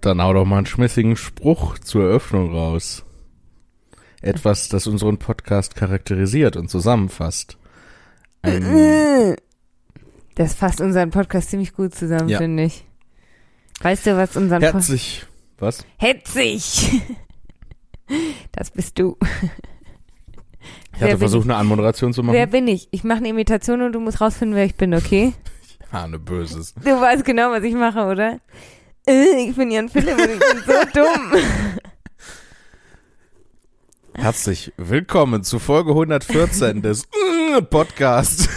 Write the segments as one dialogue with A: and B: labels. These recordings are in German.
A: Dann hau doch mal einen schmissigen Spruch zur Eröffnung raus. Etwas, das unseren Podcast charakterisiert und zusammenfasst.
B: Äh,
A: Ein,
B: Mm. Das fasst unseren Podcast ziemlich gut zusammen,
A: Ja.
B: finde ich. Weißt du, was unseren Podcast.
A: herzlich. Was?
B: Hetzig! Das bist du.
A: Ich
B: Wer
A: hatte
B: bin-
A: versucht, eine Anmoderation zu
B: Wer
A: machen.
B: bin ich? Ich mache eine Imitation und du musst rausfinden, wer ich bin, okay?
A: Ah, ne, Haneböses.
B: Du weißt genau, was ich mache, oder? Äh, Ich bin Jan Philipp und ich bin so dumm.
A: Herzlich willkommen zu Folge 114 des äh, Podcast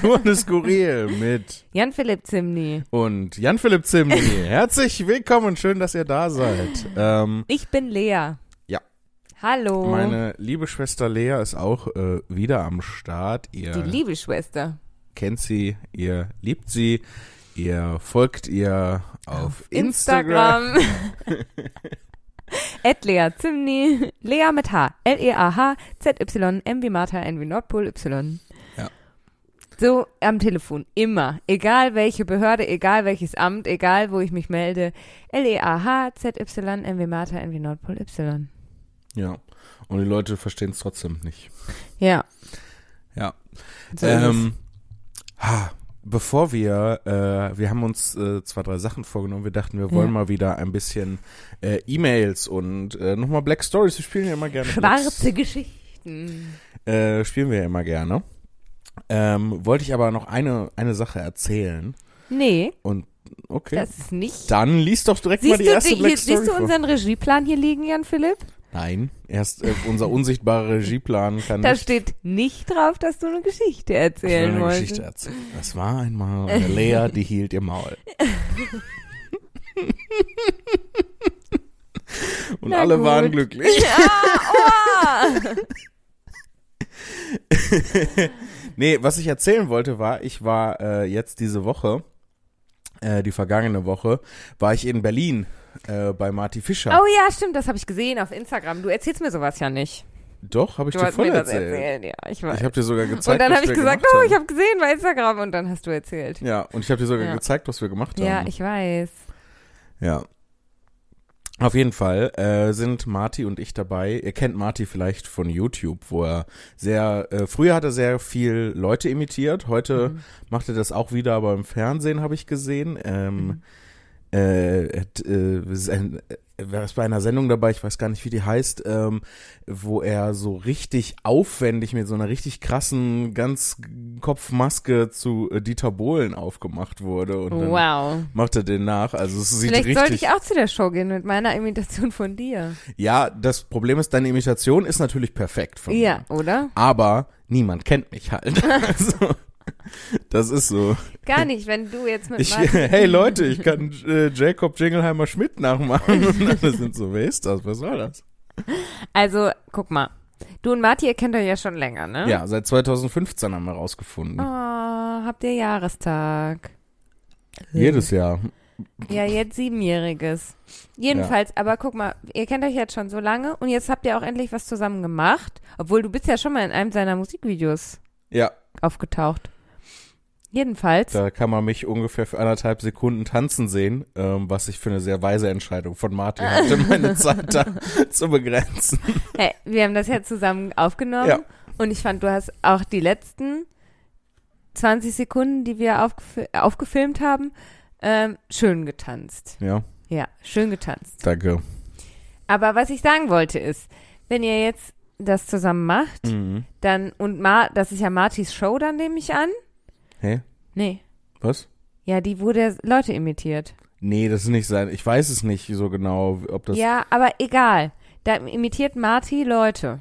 A: Turne Skurril mit
B: Jan Philipp Zimni.
A: und Jan-Philipp Zimni. Herzlich willkommen, schön, dass ihr da seid. Ähm,
B: Ich bin Lea.
A: Ja.
B: Hallo.
A: meine liebe Schwester Lea ist auch äh, wieder am Start. Ihr
B: Die liebe Schwester.
A: kennt sie, ihr liebt sie, ihr folgt ihr auf, Instagram.
B: Instagram. At Lea Zimni. Lea mit H. L-E-A-H. Z-Y. M wie Martha. N wie Nordpol. Y.
A: Ja.
B: So am Telefon. Immer. Egal welche Behörde, egal welches Amt, egal wo ich mich melde. E L-E-A-H. Z-Y. M wie Martha. N wie Nordpol. Y.
A: Ja. Und die Leute verstehen es trotzdem nicht.
B: Ja.
A: Ja.
B: So ist es.
A: Ähm, ha, bevor wir, äh, wir haben uns äh, zwei, drei Sachen vorgenommen. Wir dachten, wir wollen
B: Ja.
A: mal wieder ein bisschen äh, E-Mails und äh, nochmal Black Stories. Wir spielen ja immer gerne. Black-
B: Schwarze Geschichten.
A: Äh, spielen wir ja immer gerne. Ähm, wollte ich aber noch eine, eine Sache erzählen.
B: Nee,
A: Und, okay.
B: das ist nicht.
A: dann liest doch direkt mal
B: Siehst
A: die
B: du,
A: erste
B: die,
A: Black
B: hier,
A: Story
B: siehst du
A: vor.
B: unseren Regieplan hier liegen, Jan Philipp?
A: Nein, erst äh, unser unsichtbarer Regieplan kann
B: Da
A: nicht
B: steht nicht drauf, dass du eine Geschichte
A: Ich will
B: erzählen
A: eine
B: wolltest.
A: Geschichte erzählen. Es war einmal eine Lea, die hielt ihr Maul. Und
B: Na
A: alle
B: gut.
A: waren glücklich.
B: Ah,
A: Nee, was ich erzählen wollte war, ich war äh, jetzt diese Woche, äh, die vergangene Woche, war ich in Berlin äh, bei Marty
B: oh.
A: Fischer.
B: oh ja, stimmt, das habe ich gesehen auf Instagram. Du erzählst mir sowas ja nicht.
A: Doch, habe ich
B: Du
A: dir
B: hast
A: voll
B: mir das
A: erzählt.
B: erzählt, ja, ich weiß.
A: Ich habe dir sogar gezeigt,
B: und dann
A: was
B: habe ich
A: wir
B: gesagt,
A: gemacht
B: oh,
A: haben.
B: ich habe gesehen bei Instagram und dann hast du erzählt.
A: Ja, und ich habe dir sogar
B: Ja.
A: gezeigt, was wir gemacht haben.
B: Ja, ich weiß.
A: Ja. Auf jeden Fall äh, sind Marty und ich dabei. Ihr kennt Marty vielleicht von YouTube, wo er sehr, äh, früher hat er sehr viel Leute imitiert, heute macht er das auch wieder, aber im Fernsehen habe ich gesehen. Ähm, äh, er hat, äh, es ist ein, er war bei einer Sendung dabei, ich weiß gar nicht, wie die heißt, ähm, wo er so richtig aufwendig mit so einer richtig krassen Ganzkopfmaske zu äh, Dieter Bohlen aufgemacht wurde. Und dann
B: Wow.
A: macht er den nach. Also es sieht
B: Vielleicht sollte
A: richtig.
B: ich auch zu der Show gehen mit meiner Imitation von dir.
A: ja, das Problem ist, deine Imitation ist natürlich perfekt von
B: Ja,
A: mir.
B: oder?
A: Aber niemand kennt mich halt. also, das ist so.
B: Gar nicht, wenn du jetzt mit
A: Ich,
B: Martin-
A: hey Leute, ich kann äh, Jacob Jingleheimer Schmidt nachmachen. Und alle sind so, wer ist das? Was soll das?
B: Also, guck mal. Du und Martin, ihr kennt euch ja schon länger, ne?
A: Ja, seit 2015 haben wir rausgefunden.
B: Oh, habt ihr Jahrestag?
A: Jedes Jahr.
B: Ja, jetzt siebenjähriges. Jedenfalls, aber guck mal, ihr kennt euch jetzt schon so lange und jetzt habt ihr auch endlich was zusammen gemacht, obwohl du bist ja schon mal in einem seiner Musikvideos
A: Ja,
B: aufgetaucht. Jedenfalls,
A: da kann man mich ungefähr für anderthalb Sekunden tanzen sehen, ähm, was ich für eine sehr weise Entscheidung von Martin hatte, meine Zeit da zu begrenzen.
B: hey, wir haben das ja zusammen aufgenommen
A: Ja.
B: und ich fand, du hast auch die letzten 20 Sekunden, die wir aufgef aufgefilmt haben, ähm, schön getanzt.
A: Ja,
B: Ja, schön getanzt.
A: danke.
B: Aber was ich sagen wollte ist, wenn ihr jetzt das zusammen macht,
A: Mhm.
B: dann und Ma, das ist ja Martys Show, dann nehme ich an.
A: Hä?
B: Nee.
A: Was?
B: Ja, die wurde Leute imitiert.
A: Nee, das ist nicht sein. Ich weiß es nicht so genau, ob das.
B: ja, aber egal. Da imitiert Marty Leute.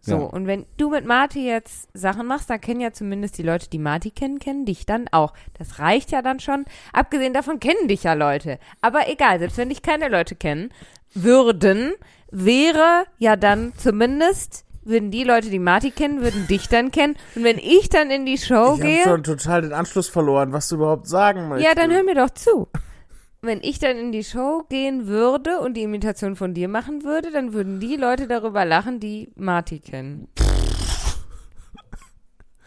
B: So,
A: Ja.
B: und wenn du mit Marty jetzt Sachen machst, dann kennen ja zumindest die Leute, die Marty kennen, kennen dich dann auch. Das reicht ja dann schon. Abgesehen davon kennen dich ja Leute. Aber egal, selbst wenn dich keine Leute kennen würden, wäre ja dann zumindest, würden die Leute, die Marty kennen, würden dich dann kennen. Und wenn ich dann in die Show gehe.
A: total den Anschluss verloren, was du überhaupt sagen möchtest.
B: Ja, dann hör mir doch zu. Wenn ich dann in die Show gehen würde und die Imitation von dir machen würde, dann würden die Leute darüber lachen, die Marty kennen.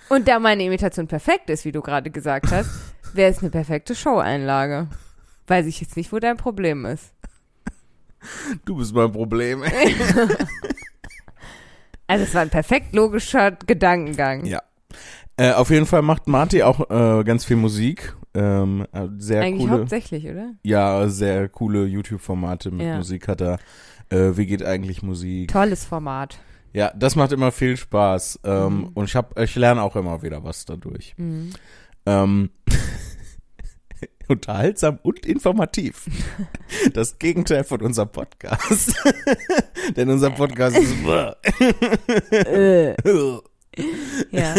B: Und da meine Imitation perfekt ist, wie du gerade gesagt hast, wäre es eine perfekte Show-Einlage. Weiß ich jetzt nicht, wo dein Problem ist.
A: Du bist mein Problem. ey.
B: Also es war ein perfekt logischer Gedankengang.
A: Ja. Äh, auf jeden Fall macht Marty auch äh, ganz viel Musik. Ähm, äh, sehr
B: Eigentlich
A: coole,
B: hauptsächlich, oder?
A: ja, sehr coole YouTube-Formate mit
B: Ja.
A: Musik hat er. Äh, wie geht eigentlich Musik?
B: Tolles Format.
A: Ja, das macht immer viel Spaß. Ähm, Und ich hab, ich lerne auch immer wieder was dadurch.
B: Mhm.
A: Ähm, unterhaltsam und informativ. Das Gegenteil von unserem Podcast. Denn unser Podcast ist.
B: äh, ja.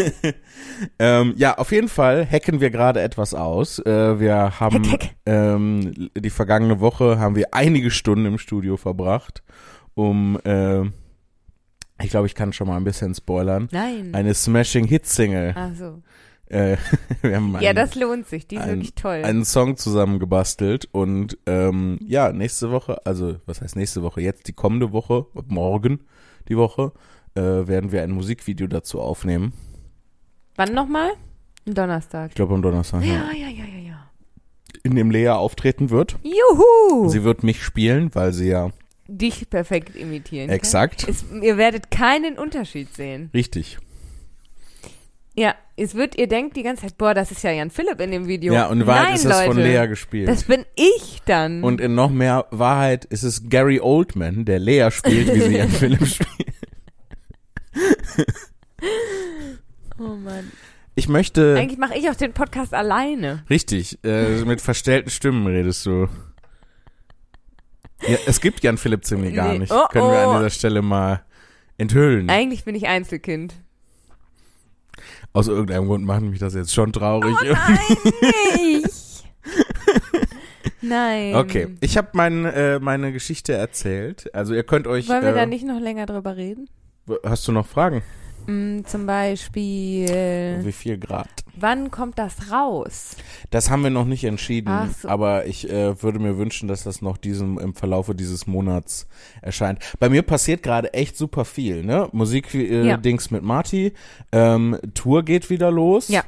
A: Ähm, ja, auf jeden Fall hacken wir gerade etwas aus. Äh, wir haben
B: Hack, hack.
A: Ähm, die vergangene Woche haben wir einige Stunden im Studio verbracht, um äh, ich glaube, ich kann schon mal ein bisschen spoilern.
B: Nein.
A: Eine Smashing Hit Single.
B: Ach so.
A: Äh, wir haben einen,
B: Ah. Ja, das lohnt sich. Die ist
A: ein-
B: wirklich toll.
A: einen Song zusammen gebastelt und ähm, ja, nächste Woche, also was heißt nächste Woche? Jetzt die kommende Woche, morgen die Woche, äh, werden wir ein Musikvideo dazu aufnehmen.
B: Wann nochmal? Am Donnerstag.
A: Ich glaube am Donnerstag. Ja.
B: Ja, ja, ja, ja, ja.
A: in dem Lea auftreten wird.
B: Juhu!
A: Sie wird mich spielen, weil sie ja
B: Dich perfekt imitieren. kann.
A: exakt.
B: Es, ihr werdet keinen Unterschied sehen.
A: Richtig.
B: Ja, es wird, ihr denkt die ganze Zeit, boah, das ist ja Jan Philipp in dem Video.
A: Ja, und in Wahrheit
B: Nein,
A: ist das
B: Leute,
A: von Lea gespielt.
B: Das bin ich dann.
A: und in noch mehr Wahrheit ist es Gary Oldman, der Lea spielt, wie sie ihren Film spielt.
B: oh Mann.
A: Ich möchte.
B: Eigentlich mache ich auch den Podcast alleine.
A: richtig, äh, mit verstellten Stimmen redest du. Ja, es gibt Jan Philipp ziemlich gar
B: Nee.
A: nicht.
B: Oh,
A: Können wir
B: oh.
A: an dieser Stelle mal enthüllen.
B: Eigentlich bin ich Einzelkind.
A: Aus irgendeinem Grund macht mich das jetzt schon traurig.
B: Oh Nein, nicht. Nein.
A: okay, ich habe mein, äh, meine Geschichte erzählt. Also ihr könnt euch.
B: Wollen wir
A: äh,
B: da nicht noch länger drüber reden?
A: Hast du noch Fragen?
B: Mm, zum Beispiel,
A: Wie viel Grad?
B: wann kommt das raus?
A: Das haben wir noch nicht entschieden,
B: Ach so.
A: aber ich äh, würde mir wünschen, dass das noch diesem im Verlaufe dieses Monats erscheint. Bei mir passiert gerade echt super viel, ne? Musik äh,
B: Ja.
A: Dings mit Marty, ähm, Tour geht wieder los.
B: Ja.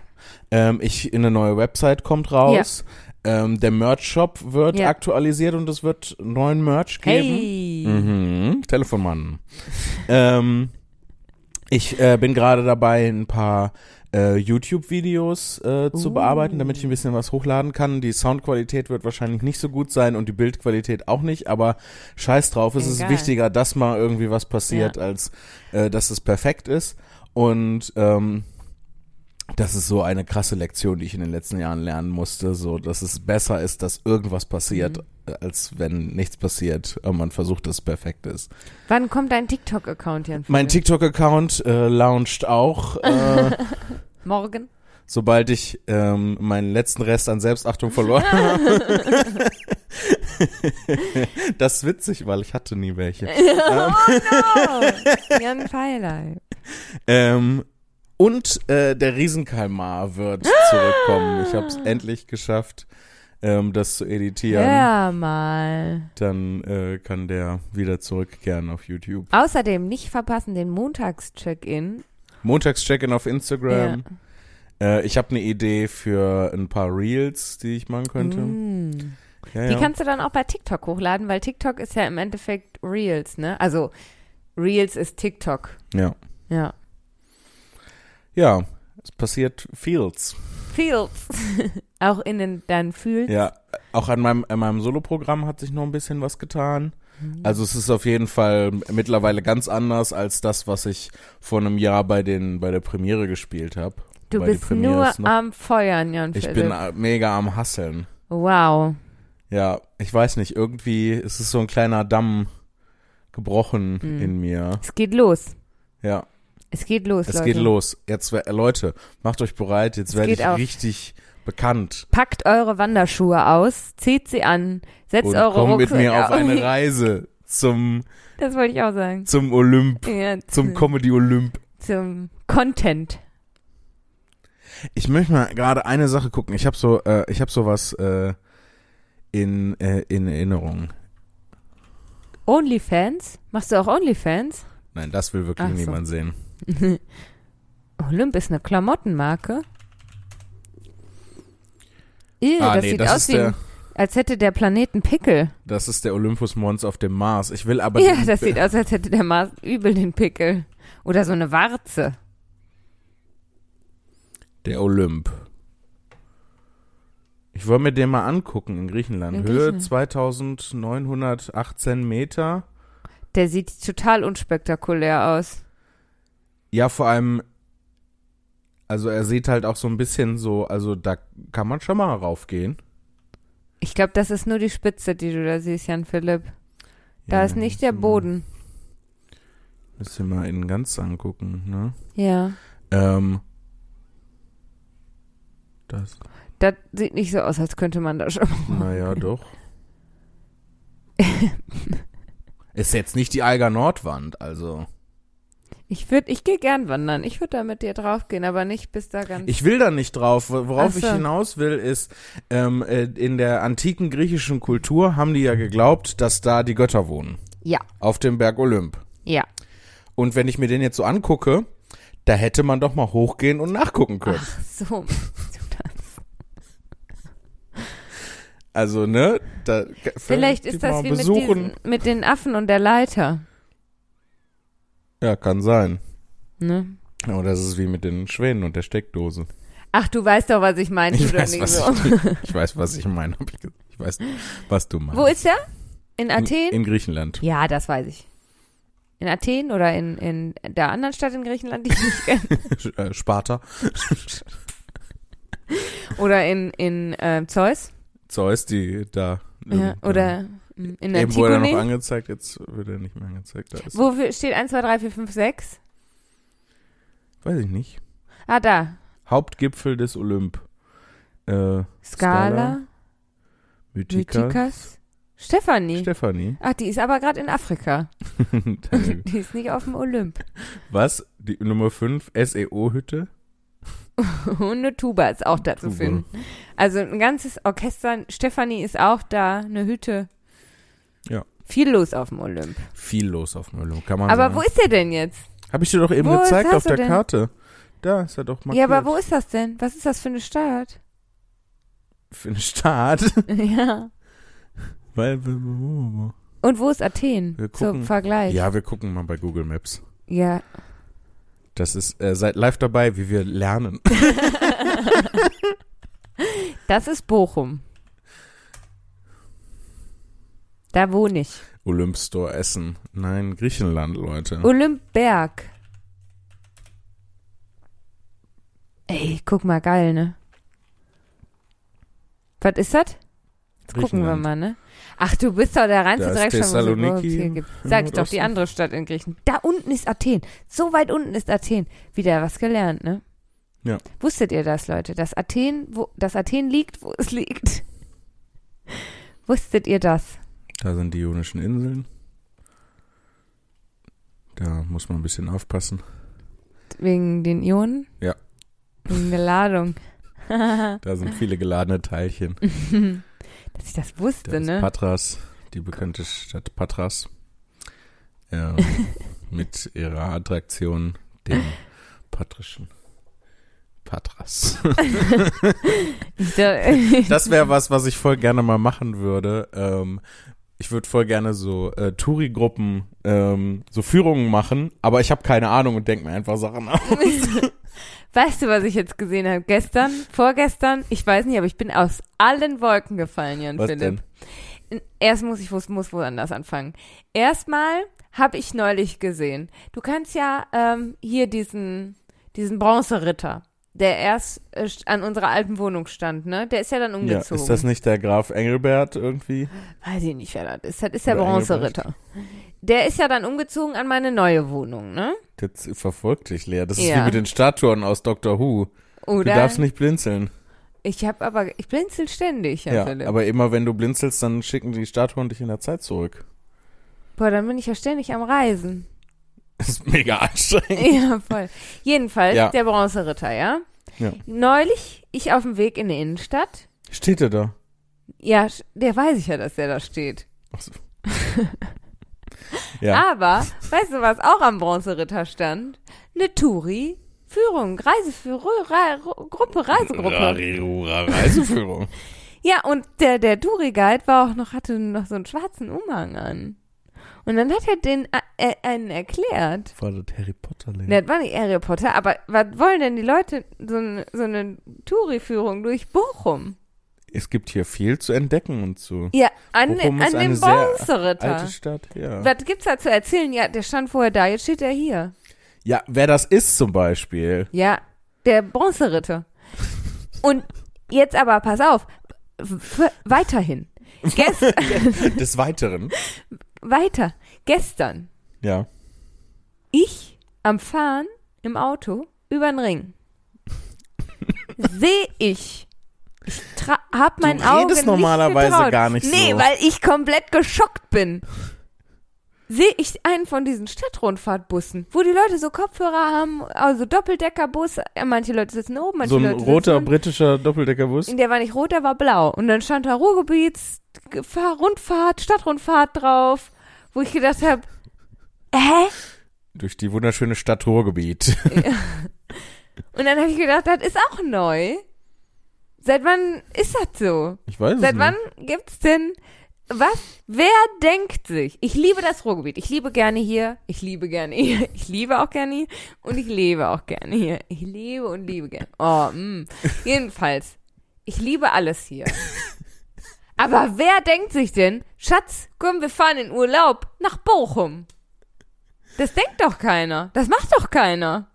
A: Ähm, ich eine neue Website kommt raus. Ähm, der Merch Shop wird
B: Ja.
A: aktualisiert und es wird neuen Merch geben.
B: Hey!
A: Mhm. Telefonmann. ähm, ich äh, bin gerade dabei, ein paar äh, YouTube-Videos äh, zu bearbeiten, damit ich ein bisschen was hochladen kann. Die Soundqualität wird wahrscheinlich nicht so gut sein und die Bildqualität auch nicht, aber scheiß drauf, es ist
B: Egal.
A: wichtiger, dass mal irgendwie was passiert, als äh, dass es perfekt ist. Und ähm, das ist so eine krasse Lektion, die ich in den letzten Jahren lernen musste, so dass es besser ist, dass irgendwas passiert, als wenn nichts passiert und man versucht, dass es perfekt ist.
B: Wann kommt dein TikTok-Account, Jan?
A: Mein
B: Philipp?
A: TikTok-Account äh, launcht auch, äh,
B: Morgen?
A: sobald ich ähm, meinen letzten Rest an Selbstachtung verloren habe. das ist witzig, weil ich hatte nie welche.
B: Oh, Jan Pfeiler.
A: Ähm, und äh, der Riesenkalmar wird
B: Ah!
A: zurückkommen. Ich habe es endlich geschafft, ähm, das zu editieren.
B: Ja, mal.
A: Dann äh, kann der wieder zurückkehren auf YouTube.
B: Außerdem nicht verpassen den Montagscheck-In.
A: Montags-Check-In auf Instagram. Äh, ich habe eine Idee für ein paar Reels, die ich machen könnte.
B: Mm.
A: Ja,
B: Die
A: ja.
B: kannst du dann auch bei TikTok hochladen, weil TikTok ist ja im Endeffekt Reels, ne? Also Reels ist TikTok.
A: ja.
B: Ja.
A: ja, es passiert Fields.
B: Feels. auch in den, deinen Fühls.
A: Ja, auch an meinem, an meinem Soloprogramm hat sich noch ein bisschen was getan. Also es ist auf jeden Fall mittlerweile ganz anders als das, was ich vor einem Jahr bei den bei der Premiere gespielt habe.
B: Du
A: Wobei die
B: bist
A: Premiere
B: nur
A: ist noch-
B: am Feuern, Jan
A: Ich
B: Philipp.
A: bin äh, mega am Hasseln.
B: wow.
A: Ja, ich weiß nicht, irgendwie ist es so ein kleiner Damm gebrochen
B: Mhm.
A: in mir.
B: Es geht los.
A: Ja,
B: Es geht los,
A: es
B: Leute.
A: geht los. Jetzt wer- äh, Leute, macht euch bereit, jetzt werde
B: geht
A: ich
B: auf.
A: richtig bekannt
B: Packt eure Wanderschuhe aus, zieht sie an, setzt
A: und
B: eure
A: kommt mit
B: Rucksäcke
A: mir auf eine
B: auf.
A: Reise zum
B: Das wollte ich auch sagen.
A: zum Olymp,
B: Ja,
A: zum Comedy Olymp.
B: zum Content.
A: Ich möchte mal gerade eine Sache gucken. Ich habe so, äh, ich habe sowas äh, in äh, in Erinnerung.
B: Onlyfans? Machst du auch Onlyfans?
A: Nein, das will wirklich
B: Ach so.
A: niemand sehen.
B: Olymp ist eine Klamottenmarke. Ew,
A: ah,
B: das
A: nee,
B: sieht
A: Ah, das
B: aus
A: ist
B: wie
A: der.
B: ein, Als hätte der Planeten Pickel.
A: Das ist der Olympus Mons auf dem Mars. Ich will aber.
B: Ja, das sieht aus, als hätte der Mars übel den Pickel. Oder so eine Warze.
A: Der Olymp. Ich wollte mir den mal angucken in Griechenland.
B: In
A: Höhe
B: Griechenland.
A: 2918 Meter.
B: Der sieht total unspektakulär aus.
A: Ja, vor allem, also er sieht halt auch so ein bisschen so, also da kann man schon mal raufgehen.
B: Ich glaube, das ist nur die Spitze, die du da siehst, Jan Philipp. Da
A: Ja,
B: ist nicht der
A: müssen wir-
B: Boden.
A: Müssen wir mal in ganz angucken, ne?
B: Ja.
A: Ähm. Das.
B: Das sieht nicht so aus, als könnte man da schon.
A: Naja, doch. Ist jetzt nicht die Alger Nordwand, also.
B: Ich würde, ich gehe gern wandern. Ich würde da mit dir draufgehen, aber nicht bis da ganz.
A: Ich will da nicht drauf. Wo- Worauf
B: Ach
A: ich
B: so.
A: hinaus will, ist, ähm, äh, in der antiken griechischen Kultur haben die ja geglaubt, dass da die Götter wohnen.
B: ja,
A: Auf dem Berg Olymp.
B: ja.
A: Und wenn ich mir den jetzt so angucke, da hätte man doch mal hochgehen und nachgucken können.
B: Ach so. meinst du das?
A: Also, ne? Da,
B: Vielleicht ist das
A: mal
B: wie mit,
A: besuchen.
B: diesen, mit den Affen und der Leiter.
A: Ja, kann sein.
B: Ne?
A: Ja, Oder es ist wie mit den Schwänen und der Steckdose.
B: Ach, du weißt doch, was ich meine.
A: Ich
B: du doch
A: weiß,
B: nicht
A: was
B: so.
A: ich, ich weiß, was ich meine. hab Ich ge- ich weiß, was du meinst.
B: Wo ist der? In Athen?
A: In, in Griechenland.
B: ja, das weiß ich. In Athen oder in, in der anderen Stadt in Griechenland, die ich nicht kenne.
A: Äh, Sparta.
B: Oder in, in äh, Zeus.
A: Zeus, die da.
B: Ja.
A: ähm, da-
B: Oder ähm, in
A: Eben wurde er noch
B: Antigone.
A: angezeigt, jetzt wird er nicht mehr angezeigt. Da ist,
B: Wofür steht 1, 2, 3, 4, 5, 6?
A: weiß ich nicht.
B: Ah, da.
A: Hauptgipfel des Olymp. Äh, Skala,
B: Skala.
A: Mythika.
B: Mythikas? Stefanie.
A: Stefanie.
B: Ach, die ist aber gerade in Afrika.
A: Deine-
B: Die ist nicht auf dem Olymp.
A: Was? Die Nummer E 5, SEO-Hütte.
B: Und eine Tuba ist auch da zu
A: Tuba.
B: finden. Also ein ganzes Orchester. Stefanie ist auch da, eine Hütte.
A: Ja.
B: Viel los auf dem Olymp.
A: Viel los auf dem Olymp, kann man
B: Aber
A: sagen.
B: wo ist der denn jetzt?
A: Hab ich dir doch eben
B: Wo
A: gezeigt
B: hast
A: auf
B: du
A: der
B: denn?
A: Karte. Da ist er doch markiert.
B: Ja, aber wo ist das denn? Was ist das für eine Stadt?
A: Für den Start.
B: ja.
A: Weil wir, wo- wo-
B: Und wo ist Athen?
A: Wir
B: Zum
A: gucken.
B: Vergleich.
A: ja, wir gucken mal bei Google Maps.
B: ja.
A: Das ist, äh, seid live dabei, wie wir lernen.
B: Das ist Bochum. Da wohne ich.
A: Olymp Store Essen. Nein, Griechenland, Leute.
B: Olympberg. Ey, guck mal, geil, ne? Was ist das? Jetzt gucken wir
A: Griechenland.
B: mal, ne? Ach, du bist doch der reinste
A: Da ist
B: Dreckschirm, was es überhaupt
A: Thessaloniki Hm,
B: hier gibt.
A: im
B: Sag ich doch, die
A: Nordosten.
B: andere Stadt in Griechenland. Da unten ist Athen. So weit unten ist Athen. Wieder was gelernt, ne?
A: Ja.
B: Wusstet ihr das, Leute? Dass Athen, wo, dass Athen liegt, wo es liegt? Wusstet ihr das?
A: Da sind die Ionischen Inseln. Da muss man ein bisschen aufpassen.
B: Wegen den Ionen?
A: Ja.
B: Wegen der Ladung.
A: Da sind viele geladene Teilchen.
B: Dass ich das
A: Da
B: wusste,
A: ist
B: ne?
A: Patras, die bekannte Stadt Patras. Ja, mit ihrer Attraktion, dem patrischen Patras.
B: Ich da-
A: Das wäre was, was ich voll gerne mal machen würde. Ähm, ich würde voll gerne so äh, Touri-Gruppen, ähm, so Führungen machen, aber ich habe keine Ahnung und denke mir einfach Sachen aus.
B: weißt du, was ich jetzt gesehen habe? Gestern, vorgestern, ich weiß nicht, aber ich bin aus allen Wolken gefallen, Jan
A: Was
B: Philipp. Erst muss ich muss, muss woanders anfangen. Erstmal habe ich neulich gesehen. Du kannst ja ähm, hier diesen, diesen Bronzeritter, der erst äh, an unserer alten Wohnung stand, ne? Der ist ja dann
A: Ja,
B: umgezogen.
A: ist das nicht der Graf Engelbert irgendwie?
B: weiß ich nicht, wer das ist. Das ist der
A: Oder
B: Bronzeritter. Der ist ja dann umgezogen an meine neue Wohnung, ne?
A: Jetzt verfolgt dich, Lea. Das ist
B: Ja.
A: wie mit den Statuen aus Doctor Who. Du
B: Oder?
A: darfst nicht blinzeln.
B: Ich habe aber, ich blinzel ständig, Jan
A: Ja,
B: Philipp.
A: aber immer wenn du blinzelst, dann schicken die Statuen dich in der Zeit zurück.
B: Boah, dann bin ich ja ständig am Reisen.
A: Das ist mega anstrengend.
B: ja, voll. Jedenfalls
A: Ja.
B: der Bronzeritter, ja?
A: Ja.
B: Neulich, ich auf dem Weg in die Innenstadt.
A: Steht er da?
B: Ja, sch- der weiß ich ja, dass der da steht.
A: Ach so. ja.
B: Aber, weißt du, was auch am Bronzeritter stand? Eine Touri. Führung, Reiseführung, Re Gruppe, Reisegruppe.
A: Rariru, Ra- Reiseführung.
B: Ja, und der, der Durigald war auch noch, hatte noch so einen schwarzen Umhang an. Und dann hat er den äh, äh, einen erklärt.
A: War das Harry Potter Land?
B: Das war nicht Harry Potter, aber was wollen denn die Leute so eine, so eine Touri-Führung durch Bochum?
A: Es gibt hier viel zu entdecken und zu.
B: Ja, an,
A: Bochum
B: an
A: ist eine
B: dem
A: sehr
B: Bronzeritter.
A: Alte Stadt, ja.
B: Was gibt's da zu erzählen? Ja, der stand vorher da, jetzt steht er hier.
A: Ja, wer das ist zum Beispiel.
B: Ja, der Bronzeritter. Und jetzt aber, pass auf, w- weiterhin. Ges
A: Des Weiteren.
B: weiter. Gestern,
A: Ja.
B: ich am Fahren im Auto über den Ring. Sehe ich. Ich tra- hab mein Auge
A: redest
B: nicht
A: normalerweise
B: getraut.
A: gar nicht
B: Nee,
A: so.
B: weil ich komplett geschockt bin. Sehe ich einen von diesen Stadtrundfahrtbussen, wo die Leute so Kopfhörer haben, also Doppeldeckerbus, äh, manche Leute sitzen oben, manche
A: So ein
B: Leute sitzen
A: roter
B: unten.
A: britischer Doppeldeckerbus.
B: In der war nicht rot, der war blau. Und dann stand da Ruhrgebiets, Gefahr- Rundfahrt, Stadtrundfahrt drauf, wo ich gedacht habe, hä?
A: Durch die wunderschöne Stadt Ruhrgebiet.
B: Und dann habe ich gedacht, das ist auch neu. Seit wann ist das so?
A: Ich weiß es
B: Seit
A: nicht.
B: wann gibt's denn was? Wer denkt sich? Ich liebe das Ruhrgebiet. Ich liebe gerne hier. Ich liebe gerne hier. Ich liebe auch gerne hier. Und ich lebe auch gerne hier. Ich lebe und liebe gerne. Oh, mm. Jedenfalls. Ich liebe alles hier. Aber wer denkt sich denn, Schatz, komm, wir fahren in Urlaub nach Bochum? Das denkt doch keiner. Das macht doch keiner.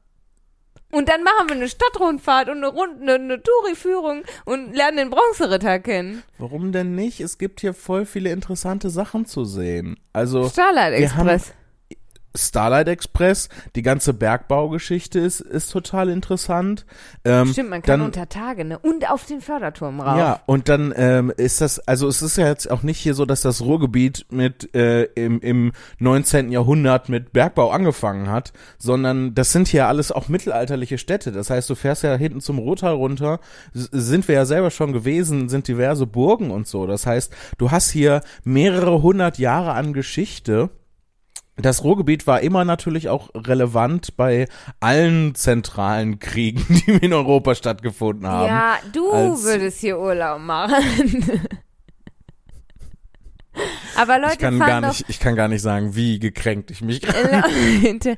B: Und dann machen wir eine Stadtrundfahrt und eine, Rund eine, eine Touri-Führung und lernen den Bronzeritter kennen.
A: Warum denn nicht? Es gibt hier voll viele interessante Sachen zu sehen. Also
B: Starlight
A: Wir haben-
B: Express.
A: Starlight Express, die ganze Bergbaugeschichte ist, ist total interessant. Ähm,
B: Stimmt, man kann
A: dann,
B: unter Tage, ne? Und auf den Förderturm rauf.
A: Ja, und dann ähm, ist das, also es ist ja jetzt auch nicht hier so, dass das Ruhrgebiet mit äh, im, im 19. Jahrhundert mit Bergbau angefangen hat, sondern das sind hier alles auch mittelalterliche Städte. Das heißt, du fährst ja hinten zum Ruhrtal runter, s- sind wir ja selber schon gewesen, sind diverse Burgen und so. Das heißt, du hast hier mehrere hundert Jahre an Geschichte. Das Ruhrgebiet war immer natürlich auch relevant bei allen zentralen Kriegen, die in Europa stattgefunden haben.
B: Ja, du
A: als-
B: würdest hier Urlaub machen. Aber Leute
A: ich kann
B: fahren
A: gar nicht, ich kann gar nicht sagen, wie gekränkt ich mich.
B: doch Leute,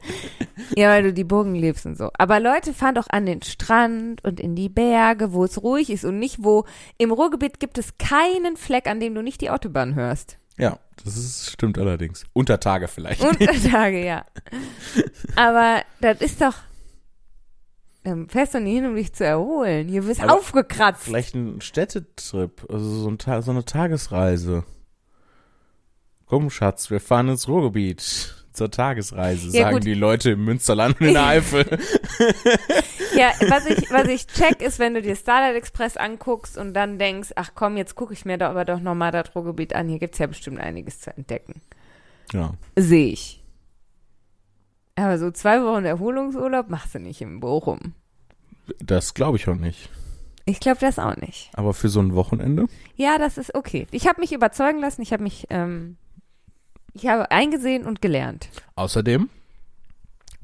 B: Ja, weil du die Burgen liebst und so. Aber Leute fahren doch an den Strand und in die Berge, wo es ruhig ist und nicht wo. Im Ruhrgebiet gibt es keinen Fleck, an dem du nicht die Autobahn hörst.
A: Ja, das ist, stimmt allerdings. Unter Tage vielleicht.
B: Untertage, ja. Aber das ist doch. Dann fährst du nie hin, um dich zu erholen. Hier wirst
A: Aber
B: aufgekratzt.
A: vielleicht ein Städtetrip, also so, ein Ta so eine Tagesreise. Komm, Schatz, wir fahren ins Ruhrgebiet. Zur Tagesreise,
B: Ja,
A: sagen
B: gut.
A: die Leute im Münsterland und in der Eifel.
B: Ja, was ich, was ich check, ist, wenn du dir Starlight Express anguckst und dann denkst, ach komm, jetzt gucke ich mir da aber doch nochmal das Ruhrgebiet an. Hier gibt's ja bestimmt einiges zu entdecken.
A: Ja.
B: Sehe ich. Aber so zwei Wochen Erholungsurlaub machst du nicht in Bochum.
A: Das glaube ich auch nicht.
B: Ich glaube das auch nicht.
A: Aber für so ein Wochenende?
B: Ja, das ist okay. Ich habe mich überzeugen lassen. Ich habe mich, ähm, ich habe eingesehen und gelernt.
A: Außerdem